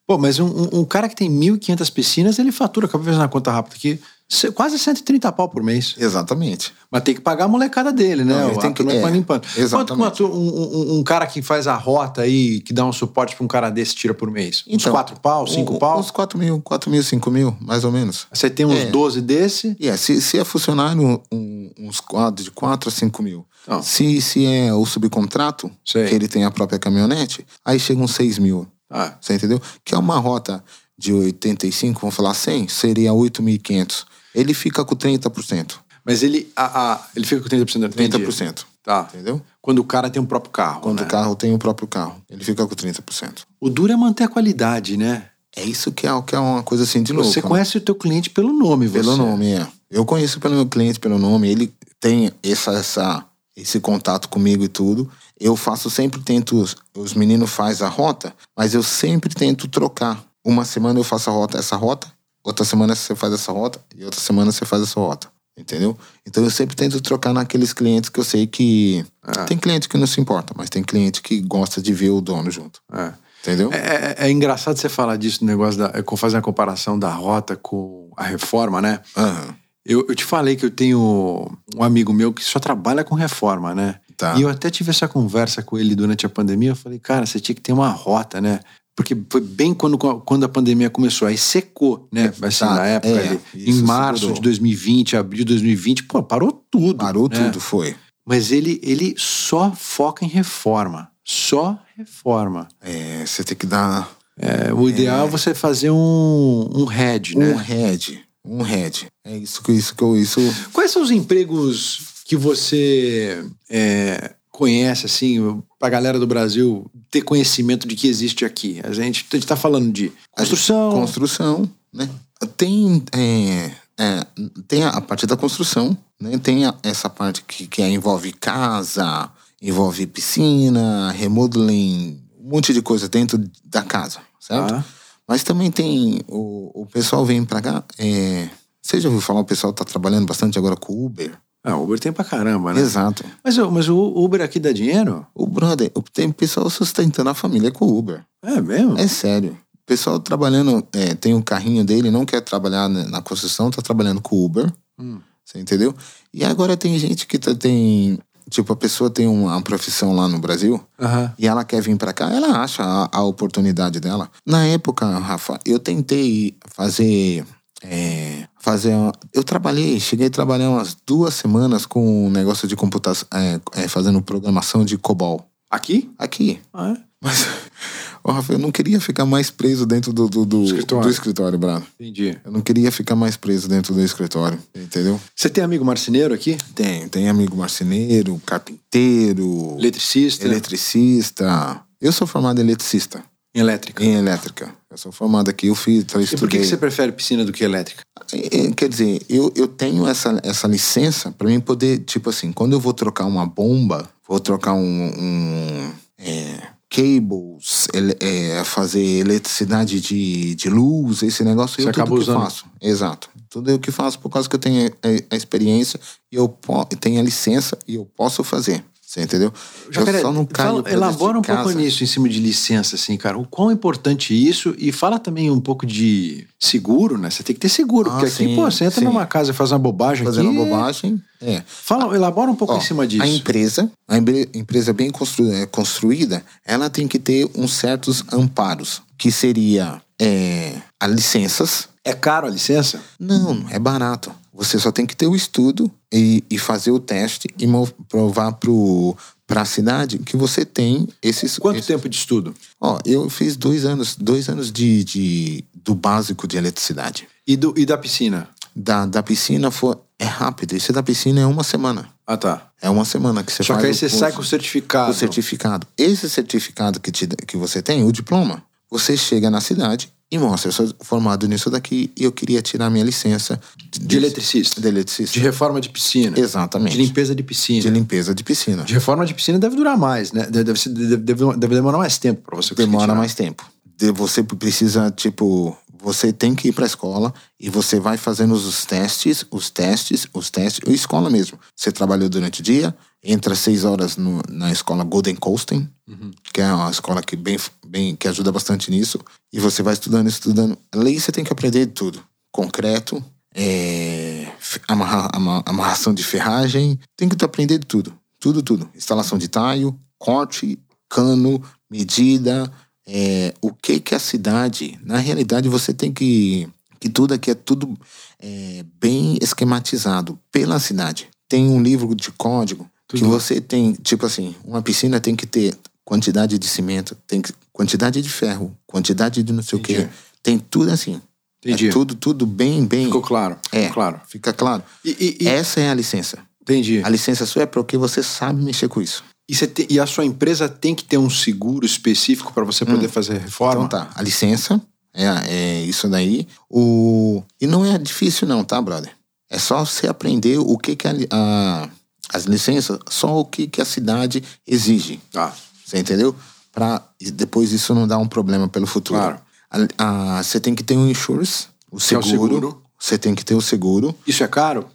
[SPEAKER 2] Pô, mas um, um- um cara que tem 1.500 piscinas, ele fatura, acabei de fazer na conta rápida aqui, se- quase 130 pau por mês.
[SPEAKER 3] Exatamente.
[SPEAKER 2] Mas tem que pagar a molecada dele, né?
[SPEAKER 3] Não, ele
[SPEAKER 2] o
[SPEAKER 3] tem
[SPEAKER 2] tem que
[SPEAKER 3] que-
[SPEAKER 2] é.
[SPEAKER 3] é,
[SPEAKER 2] limpando. Quanto,
[SPEAKER 3] exatamente.
[SPEAKER 2] quanto um, um- um cara que faz a rota aí, que dá um suporte pra um cara desse, tira por mês? uns
[SPEAKER 3] Então,
[SPEAKER 2] 4 pau, 5
[SPEAKER 3] um-
[SPEAKER 2] pau?
[SPEAKER 3] Uns 4 mil, 4 mil, 5 mil, mais ou menos.
[SPEAKER 2] Você tem uns
[SPEAKER 3] É.
[SPEAKER 2] 12 desse?
[SPEAKER 3] E é, se, se é funcionário, um- uns quadros de 4 a 5 mil.
[SPEAKER 2] Então.
[SPEAKER 3] Se, se é o subcontrato,
[SPEAKER 2] Sei.
[SPEAKER 3] que ele tem a própria caminhonete, aí chega uns 6 mil.
[SPEAKER 2] Ah,
[SPEAKER 3] Você entendeu? Que é uma rota de 85, vamos falar 100, seria 8.500. Ele fica com 30%.
[SPEAKER 2] mas ele, a- a- ele fica com 30%. entendi.
[SPEAKER 3] 30%.
[SPEAKER 2] Tá.
[SPEAKER 3] Entendeu?
[SPEAKER 2] Quando o cara tem um próprio carro.
[SPEAKER 3] Quando
[SPEAKER 2] né?
[SPEAKER 3] o carro tem o próprio carro, ele fica com 30%.
[SPEAKER 2] O duro é manter a qualidade, né?
[SPEAKER 3] É isso que é, que é uma coisa assim de louco.
[SPEAKER 2] Você
[SPEAKER 3] né?
[SPEAKER 2] conhece o teu cliente pelo nome, você.
[SPEAKER 3] Pelo nome, é. Eu conheço pelo meu cliente pelo nome, ele tem essa, essa, esse contato comigo e tudo. Eu faço sempre, tento, os- os meninos fazem a rota, mas eu sempre tento trocar. Uma semana eu faço a rota, essa rota, outra semana você faz essa rota, e outra semana você faz essa rota. Entendeu? Então eu sempre tento trocar naqueles clientes que eu sei que.
[SPEAKER 2] Ah.
[SPEAKER 3] Tem cliente que não se importa, mas tem cliente que gosta de ver o dono junto.
[SPEAKER 2] É.
[SPEAKER 3] Entendeu?
[SPEAKER 2] É, é- é engraçado você falar disso, no negócio da. eu Fazer a comparação da rota com a reforma, né?
[SPEAKER 3] Aham.
[SPEAKER 2] Eu, eu te falei que eu tenho um amigo meu que só trabalha com reforma, né?
[SPEAKER 3] Tá.
[SPEAKER 2] E eu até tive essa conversa com ele durante a pandemia. Eu falei, cara, você tinha que ter uma rota, né? Porque foi bem quando, quando a pandemia começou. Aí secou, né? Assim,
[SPEAKER 3] Tá,
[SPEAKER 2] na época,
[SPEAKER 3] é,
[SPEAKER 2] ali, em
[SPEAKER 3] isso
[SPEAKER 2] março
[SPEAKER 3] segurou.
[SPEAKER 2] de 2020, abril de 2020, pô, parou tudo.
[SPEAKER 3] Parou
[SPEAKER 2] né?
[SPEAKER 3] tudo, foi.
[SPEAKER 2] Mas ele, ele só foca em reforma. Só reforma.
[SPEAKER 3] É, você tem que dar
[SPEAKER 2] É, o ideal é você fazer um, um head, né?
[SPEAKER 3] Um head. Um head. É isso que isso que eu. Isso.
[SPEAKER 2] Quais são os empregos que você é, conhece, assim, pra galera do Brasil ter conhecimento de que existe aqui? A gente, a gente tá falando de construção.
[SPEAKER 3] Construção, né? Tem. é, é, tem a, a parte da construção, né? Tem a- essa parte que, que envolve casa, envolve piscina, remodeling, um monte de coisa dentro da casa, certo?
[SPEAKER 2] Tá.
[SPEAKER 3] Mas também tem. O, o pessoal vem pra cá. É, você já ouviu falar, o pessoal tá trabalhando bastante agora com Uber?
[SPEAKER 2] Ah, Uber tem pra caramba, né?
[SPEAKER 3] Exato.
[SPEAKER 2] Mas, o- mas o Uber aqui dá dinheiro?
[SPEAKER 3] O brother, tem pessoal sustentando a família com o Uber.
[SPEAKER 2] É mesmo?
[SPEAKER 3] É sério. O pessoal trabalhando, é, tem um carrinho dele, não quer trabalhar na na construção, tá trabalhando com Uber.
[SPEAKER 2] Hum.
[SPEAKER 3] Você entendeu? E agora tem gente que tá- tem. Tipo, a pessoa tem uma profissão lá no Brasil
[SPEAKER 2] Aham.
[SPEAKER 3] e ela quer vir pra cá, ela acha a, a oportunidade dela. Na época, Rafa, eu tentei fazer. é, fazer. uma- Eu trabalhei, cheguei a trabalhar umas duas semanas com um negócio de computação, é, é, fazendo programação de COBOL.
[SPEAKER 2] Aqui?
[SPEAKER 3] Aqui.
[SPEAKER 2] Ah, é.
[SPEAKER 3] Mas, ô, Rafa, eu não queria ficar mais preso dentro do, do, do
[SPEAKER 2] Escritório.
[SPEAKER 3] do escritório, Brado.
[SPEAKER 2] Entendi.
[SPEAKER 3] Eu não queria ficar mais preso dentro do escritório, entendeu?
[SPEAKER 2] Você tem amigo marceneiro aqui?
[SPEAKER 3] Tem, tem amigo marceneiro, carpinteiro,
[SPEAKER 2] Eletricista?
[SPEAKER 3] eletricista. Eu sou formado em eletricista,
[SPEAKER 2] Em Elétrica.
[SPEAKER 3] em elétrica. Eu sou formado aqui, eu fiz, eu
[SPEAKER 2] E por que,
[SPEAKER 3] estudei.
[SPEAKER 2] que você prefere piscina do que elétrica?
[SPEAKER 3] É, Quer dizer, eu, eu tenho essa, essa licença pra mim poder, tipo assim, quando eu vou trocar uma bomba, vou trocar um. um, é, cables, ele- é, fazer eletricidade de, de luz, esse negócio,
[SPEAKER 2] Você
[SPEAKER 3] eu tudo
[SPEAKER 2] acaba
[SPEAKER 3] que
[SPEAKER 2] usando.
[SPEAKER 3] faço. Exato. Tudo eu que faço por causa que eu tenho é, a experiência e eu po- tenho a licença e eu posso fazer. Você entendeu?
[SPEAKER 2] Jacaré,
[SPEAKER 3] eu só não caio
[SPEAKER 2] fala-
[SPEAKER 3] pra dentro
[SPEAKER 2] elabora
[SPEAKER 3] de
[SPEAKER 2] um pouco
[SPEAKER 3] casa.
[SPEAKER 2] nisso em cima de licença, assim, cara. O quão importante isso e fala também um pouco de seguro, né? Você tem que ter seguro,
[SPEAKER 3] Ah,
[SPEAKER 2] porque aqui,
[SPEAKER 3] sim,
[SPEAKER 2] pô, você entra
[SPEAKER 3] sim.
[SPEAKER 2] numa casa e faz uma bobagem
[SPEAKER 3] Fazendo
[SPEAKER 2] aqui.
[SPEAKER 3] bobagem. É.
[SPEAKER 2] Fala, elabora um pouco
[SPEAKER 3] Ó,
[SPEAKER 2] em cima
[SPEAKER 3] A
[SPEAKER 2] disso.
[SPEAKER 3] empresa, a empre- empresa bem constru- eh, construída, ela tem que ter uns certos amparos, que seria eh, as licenças.
[SPEAKER 2] É caro a licença?
[SPEAKER 3] Não, é barato. Você só tem que ter o estudo e, e fazer o teste e mo- provar para a cidade que você tem esses.
[SPEAKER 2] Quanto
[SPEAKER 3] esses-
[SPEAKER 2] tempo de estudo?
[SPEAKER 3] Ó, eu fiz dois anos, dois anos de, de- do básico de eletricidade.
[SPEAKER 2] E, do, e da piscina?
[SPEAKER 3] Da, da piscina foi, é rápido. Isso da piscina é uma semana.
[SPEAKER 2] Ah, tá.
[SPEAKER 3] É uma semana que você
[SPEAKER 2] Só
[SPEAKER 3] faz
[SPEAKER 2] que aí
[SPEAKER 3] o
[SPEAKER 2] você
[SPEAKER 3] curso.
[SPEAKER 2] sai com o certificado.
[SPEAKER 3] O certificado. Esse certificado que, te- que você tem, o diploma, você chega na cidade e mostra, eu sou formado nisso daqui e eu queria tirar minha licença
[SPEAKER 2] De eletricista.
[SPEAKER 3] De eletricista.
[SPEAKER 2] De reforma de piscina.
[SPEAKER 3] Exatamente.
[SPEAKER 2] De limpeza de piscina.
[SPEAKER 3] De limpeza de piscina.
[SPEAKER 2] De reforma de piscina deve durar mais, né? Deve, deve, ser- deve- deve- deve demorar mais tempo pra você conseguir
[SPEAKER 3] Demora
[SPEAKER 2] tirar.
[SPEAKER 3] mais tempo. De- você precisa, tipo, você tem que ir pra escola e você vai fazendo os testes, os testes, os testes. A escola mesmo. Você trabalhou durante o dia, entra às seis horas no- na escola Golden Coasting,
[SPEAKER 2] Uhum.
[SPEAKER 3] que é uma escola que, bem, bem, que ajuda bastante nisso. E você vai estudando, estudando. Lei você tem que aprender de tudo. Concreto, é, fe- amarra- ama- amarração de ferragem. Tem que tu aprender de tudo. Tudo, tudo. Instalação de taio, corte, cano, medida, é, o que que a cidade... Na realidade, você tem que... Que tudo aqui é tudo é, bem esquematizado pela cidade. Tem um livro de código que você tem, tipo assim, uma piscina tem que ter quantidade de cimento, tem que, quantidade de ferro, quantidade de não sei o quê.
[SPEAKER 2] Entendi.
[SPEAKER 3] Tem tudo assim.
[SPEAKER 2] Entendi.
[SPEAKER 3] É tudo, tudo bem, bem.
[SPEAKER 2] Ficou claro.
[SPEAKER 3] É,
[SPEAKER 2] Ficou claro.
[SPEAKER 3] Fica claro.
[SPEAKER 2] E, e- e-
[SPEAKER 3] Essa é a licença.
[SPEAKER 2] Entendi.
[SPEAKER 3] A licença sua é porque você sabe mexer com isso.
[SPEAKER 2] E, você te- e a sua empresa tem que ter um seguro específico para você poder fazer reforma?
[SPEAKER 3] Então tá, Então a licença, É, é isso daí. O... E não é difícil não, tá, brother? É só você aprender o que, que a, li- a- as licenças, só o que, que a cidade exige.
[SPEAKER 2] Ah,
[SPEAKER 3] Você entendeu? Pra e depois isso não dar um problema pelo futuro.
[SPEAKER 2] Claro.
[SPEAKER 3] A- a- Você tem que ter um insurance, o
[SPEAKER 2] Que é o seguro.
[SPEAKER 3] seguro. Você tem que ter o seguro.
[SPEAKER 2] isso é caro?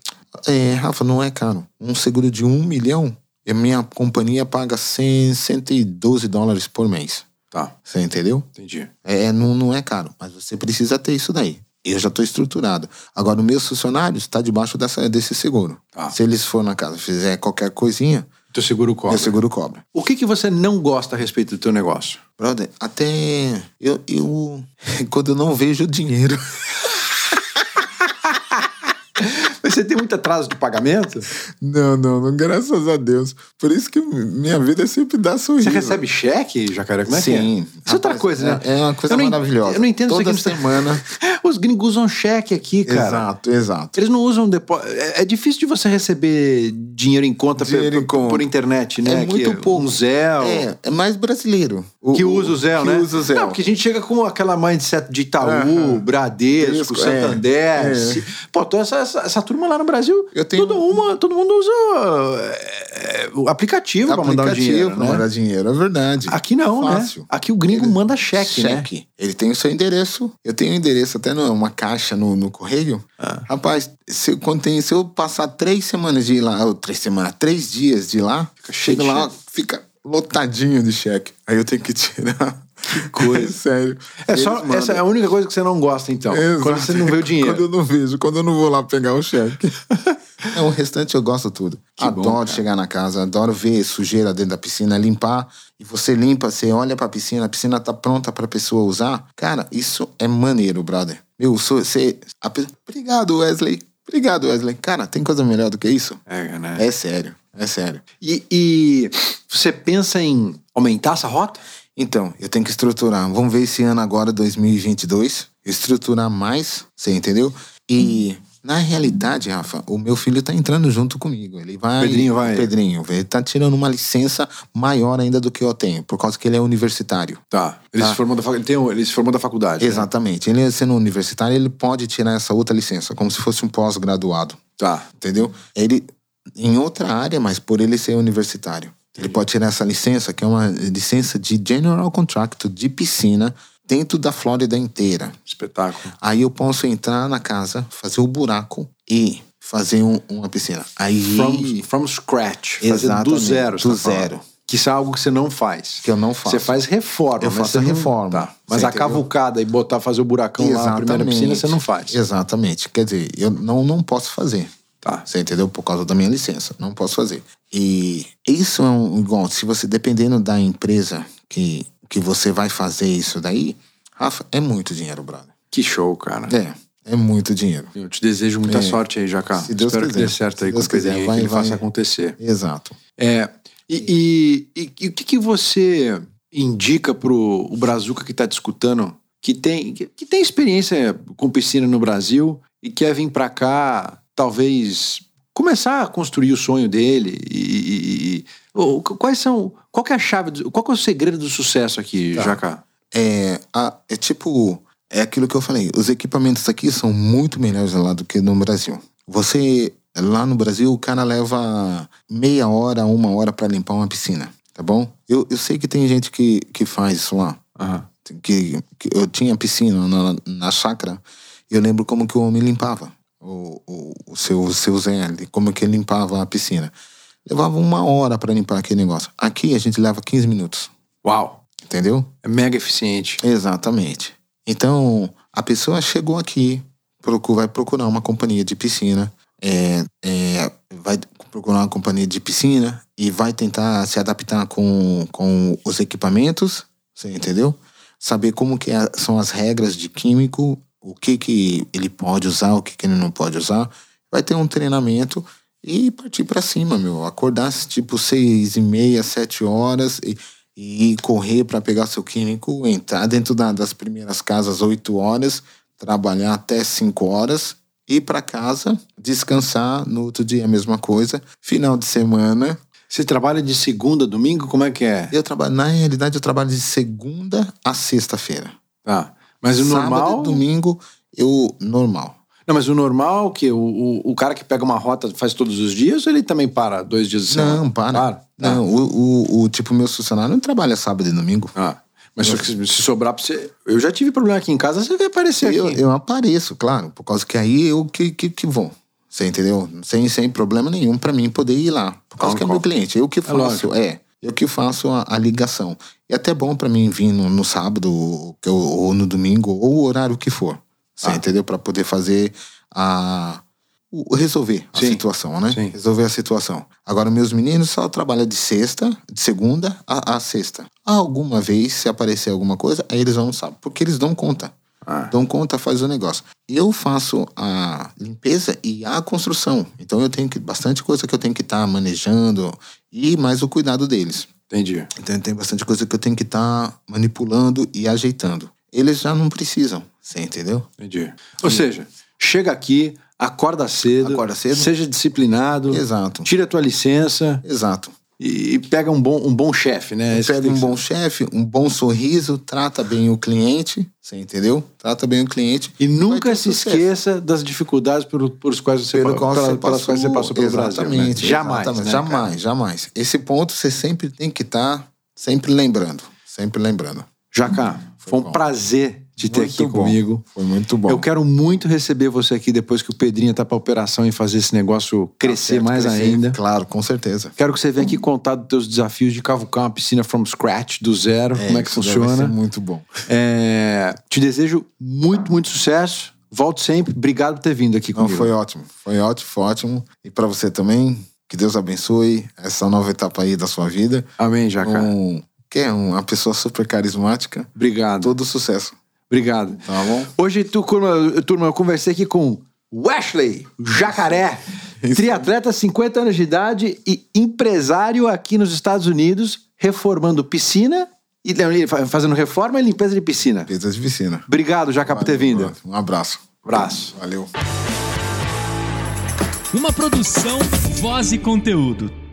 [SPEAKER 3] É, Rafa, não é caro. Um seguro de um milhão, e a minha companhia paga 100, 112 dólares por mês.
[SPEAKER 2] Tá,
[SPEAKER 3] Você entendeu?
[SPEAKER 2] entendi.
[SPEAKER 3] É, não, não é caro, mas você precisa ter isso daí. Eu já estou estruturado. Agora, os meus funcionários está debaixo dessa, desse seguro.
[SPEAKER 2] Tá.
[SPEAKER 3] Se eles for na casa e fizer qualquer coisinha,
[SPEAKER 2] Teu seguro
[SPEAKER 3] o
[SPEAKER 2] cobra.
[SPEAKER 3] meu seguro cobra.
[SPEAKER 2] O que, que você não gosta a respeito do teu negócio?
[SPEAKER 3] Brother, até eu, eu *laughs* quando eu não vejo o dinheiro.
[SPEAKER 2] *laughs*
[SPEAKER 3] *laughs*
[SPEAKER 2] Você tem muito atraso de pagamento? Você
[SPEAKER 3] Não, não, não, graças a Deus. Por isso que minha vida sempre dá sorriso.
[SPEAKER 2] recebe cheque, Jacaré? Como é que é?
[SPEAKER 3] Sim.
[SPEAKER 2] Isso é outra
[SPEAKER 3] Rapaz,
[SPEAKER 2] coisa, né?
[SPEAKER 3] é- é uma coisa
[SPEAKER 2] Eu não en-
[SPEAKER 3] maravilhosa.
[SPEAKER 2] Eu não entendo
[SPEAKER 3] Toda
[SPEAKER 2] isso aqui. no-
[SPEAKER 3] semana.
[SPEAKER 2] *laughs* Os gringos usam cheque aqui, cara.
[SPEAKER 3] Exato, exato.
[SPEAKER 2] Eles não usam depósito. É, é difícil de você receber dinheiro em conta, pe-
[SPEAKER 3] Dinheiro em
[SPEAKER 2] por,
[SPEAKER 3] conta.
[SPEAKER 2] por internet, né?
[SPEAKER 3] É muito
[SPEAKER 2] que,
[SPEAKER 3] pouco.
[SPEAKER 2] Um Zé.
[SPEAKER 3] É, é mais brasileiro. O-
[SPEAKER 2] Que usa o Zé, né?
[SPEAKER 3] Que usa o Zé.
[SPEAKER 2] Não, porque a gente chega com aquela mindset de Itaú,
[SPEAKER 3] Aham.
[SPEAKER 2] Bradesco,
[SPEAKER 3] Bradesco,
[SPEAKER 2] Santander.
[SPEAKER 3] é, é.
[SPEAKER 2] Se- Pô, toda essa, essa, essa turma lá no Brasil,
[SPEAKER 3] Eu tenho-
[SPEAKER 2] todo, uma, todo mundo usa é, é, o aplicativo, para mandar o dinheiro.
[SPEAKER 3] pra
[SPEAKER 2] né?
[SPEAKER 3] mandar dinheiro, é verdade.
[SPEAKER 2] Aqui não,
[SPEAKER 3] Fácil.
[SPEAKER 2] né? Aqui o gringo
[SPEAKER 3] Ele-
[SPEAKER 2] manda cheque, né?
[SPEAKER 3] Ele tem o seu endereço. Eu tenho o endereço até numa caixa no, no correio.
[SPEAKER 2] Ah.
[SPEAKER 3] Rapaz, se eu, quando tem- se eu passar três semanas de ir lá, ou três semanas, três dias de ir lá,
[SPEAKER 2] cheio
[SPEAKER 3] chego
[SPEAKER 2] de
[SPEAKER 3] lá, fica lotadinho de cheque. Aí eu tenho que tirar. Que *laughs*
[SPEAKER 2] coisa.
[SPEAKER 3] Sério.
[SPEAKER 2] É
[SPEAKER 3] Eles
[SPEAKER 2] só,
[SPEAKER 3] mandam.
[SPEAKER 2] essa é a única coisa que você não gosta, então.
[SPEAKER 3] Exato.
[SPEAKER 2] Quando você não *laughs* vê o
[SPEAKER 3] *laughs*
[SPEAKER 2] dinheiro.
[SPEAKER 3] Quando eu não vejo, quando eu não vou lá pegar o cheque. é, o restante eu gosto tudo.
[SPEAKER 2] bom,
[SPEAKER 3] adoro chegar na casa, adoro ver sujeira dentro da piscina, limpar. E você limpa, você olha pra piscina, a piscina tá pronta pra pessoa usar. Cara, isso é maneiro, brother. Meu, sou, você. a pe- Obrigado, Wesley. Obrigado, Wesley. Cara, tem coisa melhor do que isso?
[SPEAKER 2] É, né?
[SPEAKER 3] É sério, é sério.
[SPEAKER 2] E, e você pensa em aumentar essa rota?
[SPEAKER 3] Então, eu tenho que estruturar. Vamos ver esse ano agora, 2022, estruturar mais, você entendeu? E na realidade, Rafa, o meu filho tá entrando junto comigo. Ele vai.
[SPEAKER 2] Pedrinho vai.
[SPEAKER 3] Pedrinho, ele tá tirando uma licença maior ainda do que eu tenho, por causa que ele é universitário.
[SPEAKER 2] Tá. Ele,
[SPEAKER 3] Tá.
[SPEAKER 2] Se, formou da facu- ele, tem um- ele se formou da faculdade. né?
[SPEAKER 3] Exatamente. Ele sendo um universitário, ele pode tirar essa outra licença, como se fosse um pós-graduado.
[SPEAKER 2] Tá.
[SPEAKER 3] entendeu? Ele em outra área, mas por ele ser universitário, ele pode tirar essa licença, que é uma licença de general contractor de piscina dentro da Flórida inteira.
[SPEAKER 2] Espetáculo.
[SPEAKER 3] Aí eu posso entrar na casa, fazer o buraco e fazer um- uma piscina. Aí
[SPEAKER 2] From, from scratch. Fazer do
[SPEAKER 3] Exatamente,
[SPEAKER 2] zero. você
[SPEAKER 3] do
[SPEAKER 2] tá falando.
[SPEAKER 3] zero.
[SPEAKER 2] Que isso é algo que você não faz.
[SPEAKER 3] Que eu não faço.
[SPEAKER 2] Você faz reforma.
[SPEAKER 3] Eu
[SPEAKER 2] mas
[SPEAKER 3] faço
[SPEAKER 2] você
[SPEAKER 3] a
[SPEAKER 2] não-
[SPEAKER 3] reforma.
[SPEAKER 2] Tá. Mas
[SPEAKER 3] Você
[SPEAKER 2] a
[SPEAKER 3] entendeu?
[SPEAKER 2] cavucada e botar, fazer o buracão lá na primeira piscina, você não faz.
[SPEAKER 3] Exatamente. Quer dizer, eu não, não posso fazer.
[SPEAKER 2] Tá.
[SPEAKER 3] Você entendeu? Por causa da minha licença. Não posso fazer. E isso é um igual. Se você, dependendo da empresa que, que você vai fazer isso daí, Rafa, é muito dinheiro, brother.
[SPEAKER 2] Que show, cara.
[SPEAKER 3] É, é muito dinheiro.
[SPEAKER 2] Eu te desejo muita
[SPEAKER 3] É.
[SPEAKER 2] sorte aí, Jacá.
[SPEAKER 3] Se Deus
[SPEAKER 2] Espero que dê
[SPEAKER 3] quiser.
[SPEAKER 2] certo
[SPEAKER 3] Se
[SPEAKER 2] aí com
[SPEAKER 3] Deus
[SPEAKER 2] o Pedrinho,
[SPEAKER 3] quiser,
[SPEAKER 2] que
[SPEAKER 3] vai-
[SPEAKER 2] ele
[SPEAKER 3] vai-
[SPEAKER 2] faça acontecer.
[SPEAKER 3] Exato.
[SPEAKER 2] É, e, e- e- e o que, que você indica pro o Brazuca que está discutindo, que tem, que, que tem experiência com piscina no Brasil e quer vir para cá, talvez começar a construir o sonho dele e, e- e- ou, quais são qual que é a chave do- qual que é o segredo do sucesso aqui
[SPEAKER 3] Tá.
[SPEAKER 2] Jacá
[SPEAKER 3] É, a- é tipo, é aquilo que eu falei. Os equipamentos aqui são muito melhores lá do que no Brasil. Você, lá no Brasil, o cara leva meia hora, uma hora pra limpar uma piscina, tá bom? Eu, eu sei que tem gente que, que faz isso lá.
[SPEAKER 2] Aham.
[SPEAKER 3] que, que eu tinha piscina na, na chácara, eu lembro como que o homem limpava o, o, o seu, o seu Zé, ele- como que ele limpava a piscina. Levava uma hora para limpar aquele negócio. Aqui a gente leva 15 minutos,
[SPEAKER 2] uau
[SPEAKER 3] entendeu?
[SPEAKER 2] é mega eficiente
[SPEAKER 3] Exatamente. Então, a pessoa chegou aqui, procu- vai procurar uma companhia de piscina, é, é, vai procurar uma companhia de piscina e vai tentar se adaptar com, com os equipamentos, você entendeu? Saber como que é- são as regras de químico, o que, que ele pode usar, o que, que ele não pode usar. Vai ter um treinamento e partir para cima, meu. Acordar tipo seis e meia, sete horas e, e correr para pegar seu químico, entrar dentro da- das primeiras casas oito horas, trabalhar até cinco horas, ir para casa, descansar, no outro dia é a mesma coisa, final de semana.
[SPEAKER 2] você trabalha de segunda a domingo como é que é
[SPEAKER 3] Eu trabalho, na realidade, eu trabalho de segunda a sexta-feira.
[SPEAKER 2] Tá. Mas o
[SPEAKER 3] Sábado
[SPEAKER 2] normal-
[SPEAKER 3] e domingo, eu. Normal.
[SPEAKER 2] Não, mas o normal, que o, o, o cara que pega uma rota faz todos os dias, ou ele também para dois dias de semana?
[SPEAKER 3] Não, para.
[SPEAKER 2] tá.
[SPEAKER 3] Não, o, o, o tipo, meu funcionário não trabalha sábado e domingo.
[SPEAKER 2] Ah, mas só que se se sobrar pra você. Eu já tive problema aqui em casa, você vai aparecer
[SPEAKER 3] Eu,
[SPEAKER 2] aqui.
[SPEAKER 3] eu apareço, claro, por causa que aí eu que, que, que vou. Você entendeu? Sem, sem problema nenhum pra mim poder ir lá. Por causa
[SPEAKER 2] Ah,
[SPEAKER 3] que é
[SPEAKER 2] qual?
[SPEAKER 3] meu cliente. Eu que faço,
[SPEAKER 2] lógico.
[SPEAKER 3] é. eu que faço a, a ligação. E é até bom pra mim vir no, no sábado, ou, que eu- ou no domingo, ou o horário que for. Você
[SPEAKER 2] Ah.
[SPEAKER 3] entendeu? Pra poder fazer a. o- resolver a
[SPEAKER 2] Sim.
[SPEAKER 3] situação, né?
[SPEAKER 2] Sim.
[SPEAKER 3] Resolver a situação. Agora, meus meninos só trabalham de sexta, de segunda a, a sexta. Alguma vez, se aparecer alguma coisa, aí eles vão no sábado. Porque eles dão conta.
[SPEAKER 2] Ah,
[SPEAKER 3] Então conta, faz o negócio. Eu faço a limpeza e a construção. Então eu tenho que, bastante coisa que eu tenho que estar manejando e mais o cuidado deles.
[SPEAKER 2] entendi.
[SPEAKER 3] Então tem bastante coisa que eu tenho que estar manipulando e ajeitando. Eles já não precisam, você entendeu?
[SPEAKER 2] Entendi. Ou seja, chega aqui, acorda cedo,
[SPEAKER 3] Acorda cedo.
[SPEAKER 2] seja disciplinado,
[SPEAKER 3] Exato.
[SPEAKER 2] tira a tua licença
[SPEAKER 3] Exato.
[SPEAKER 2] e, e pega um bom, um bom chefe, né? Esse que
[SPEAKER 3] Pega
[SPEAKER 2] tem
[SPEAKER 3] um
[SPEAKER 2] que
[SPEAKER 3] bom chefe, um bom sorriso, trata bem o cliente, você entendeu? Trata bem o cliente.
[SPEAKER 2] ser. E
[SPEAKER 3] vai
[SPEAKER 2] nunca
[SPEAKER 3] ter
[SPEAKER 2] se
[SPEAKER 3] sucesso.
[SPEAKER 2] esqueça das dificuldades por, por quais você,
[SPEAKER 3] pelo
[SPEAKER 2] pa-
[SPEAKER 3] qual
[SPEAKER 2] pela-
[SPEAKER 3] você
[SPEAKER 2] pelas
[SPEAKER 3] passou,
[SPEAKER 2] quais você passou pelo Brasil. né?
[SPEAKER 3] exatamente,
[SPEAKER 2] Jamais.
[SPEAKER 3] exatamente,
[SPEAKER 2] né,
[SPEAKER 3] jamais,
[SPEAKER 2] cara?
[SPEAKER 3] jamais. Esse ponto você sempre tem que estar sempre lembrando, sempre lembrando.
[SPEAKER 2] Jacá, foi um
[SPEAKER 3] bom.
[SPEAKER 2] prazer te ter
[SPEAKER 3] Muito
[SPEAKER 2] aqui
[SPEAKER 3] bom.
[SPEAKER 2] comigo.
[SPEAKER 3] Foi muito bom.
[SPEAKER 2] Eu quero muito receber você aqui depois que o Pedrinho tá pra operação e fazer esse negócio crescer
[SPEAKER 3] Tá Certo,
[SPEAKER 2] mais
[SPEAKER 3] crescer,
[SPEAKER 2] ainda.
[SPEAKER 3] Claro, com certeza.
[SPEAKER 2] Quero que você venha aqui contar dos teus desafios de cavucar uma piscina from scratch, do zero, como é que
[SPEAKER 3] isso daí vai ser
[SPEAKER 2] funciona.
[SPEAKER 3] muito bom.
[SPEAKER 2] É, te desejo muito, muito sucesso. Volto sempre. Obrigado por ter vindo aqui
[SPEAKER 3] Não,
[SPEAKER 2] comigo.
[SPEAKER 3] foi ótimo, foi ótimo, foi ótimo. E pra você também, que Deus abençoe essa nova etapa aí da sua vida.
[SPEAKER 2] Amém, Jacá.
[SPEAKER 3] Um, que é uma pessoa super carismática.
[SPEAKER 2] Obrigado.
[SPEAKER 3] Todo sucesso,
[SPEAKER 2] Obrigado.
[SPEAKER 3] tá bom?
[SPEAKER 2] Hoje, tu, turma, turma, eu conversei aqui com Wesley Jacaré, triatleta, 50 anos de idade e empresário aqui nos Estados Unidos, reformando piscina e não, ele fa- fazendo reforma e limpeza de piscina.
[SPEAKER 3] Pizza de piscina.
[SPEAKER 2] Obrigado, Jacá, por ter vindo.
[SPEAKER 3] Um abraço.
[SPEAKER 2] Abraço.
[SPEAKER 3] Valeu.
[SPEAKER 4] Uma produção Voz e Conteúdo.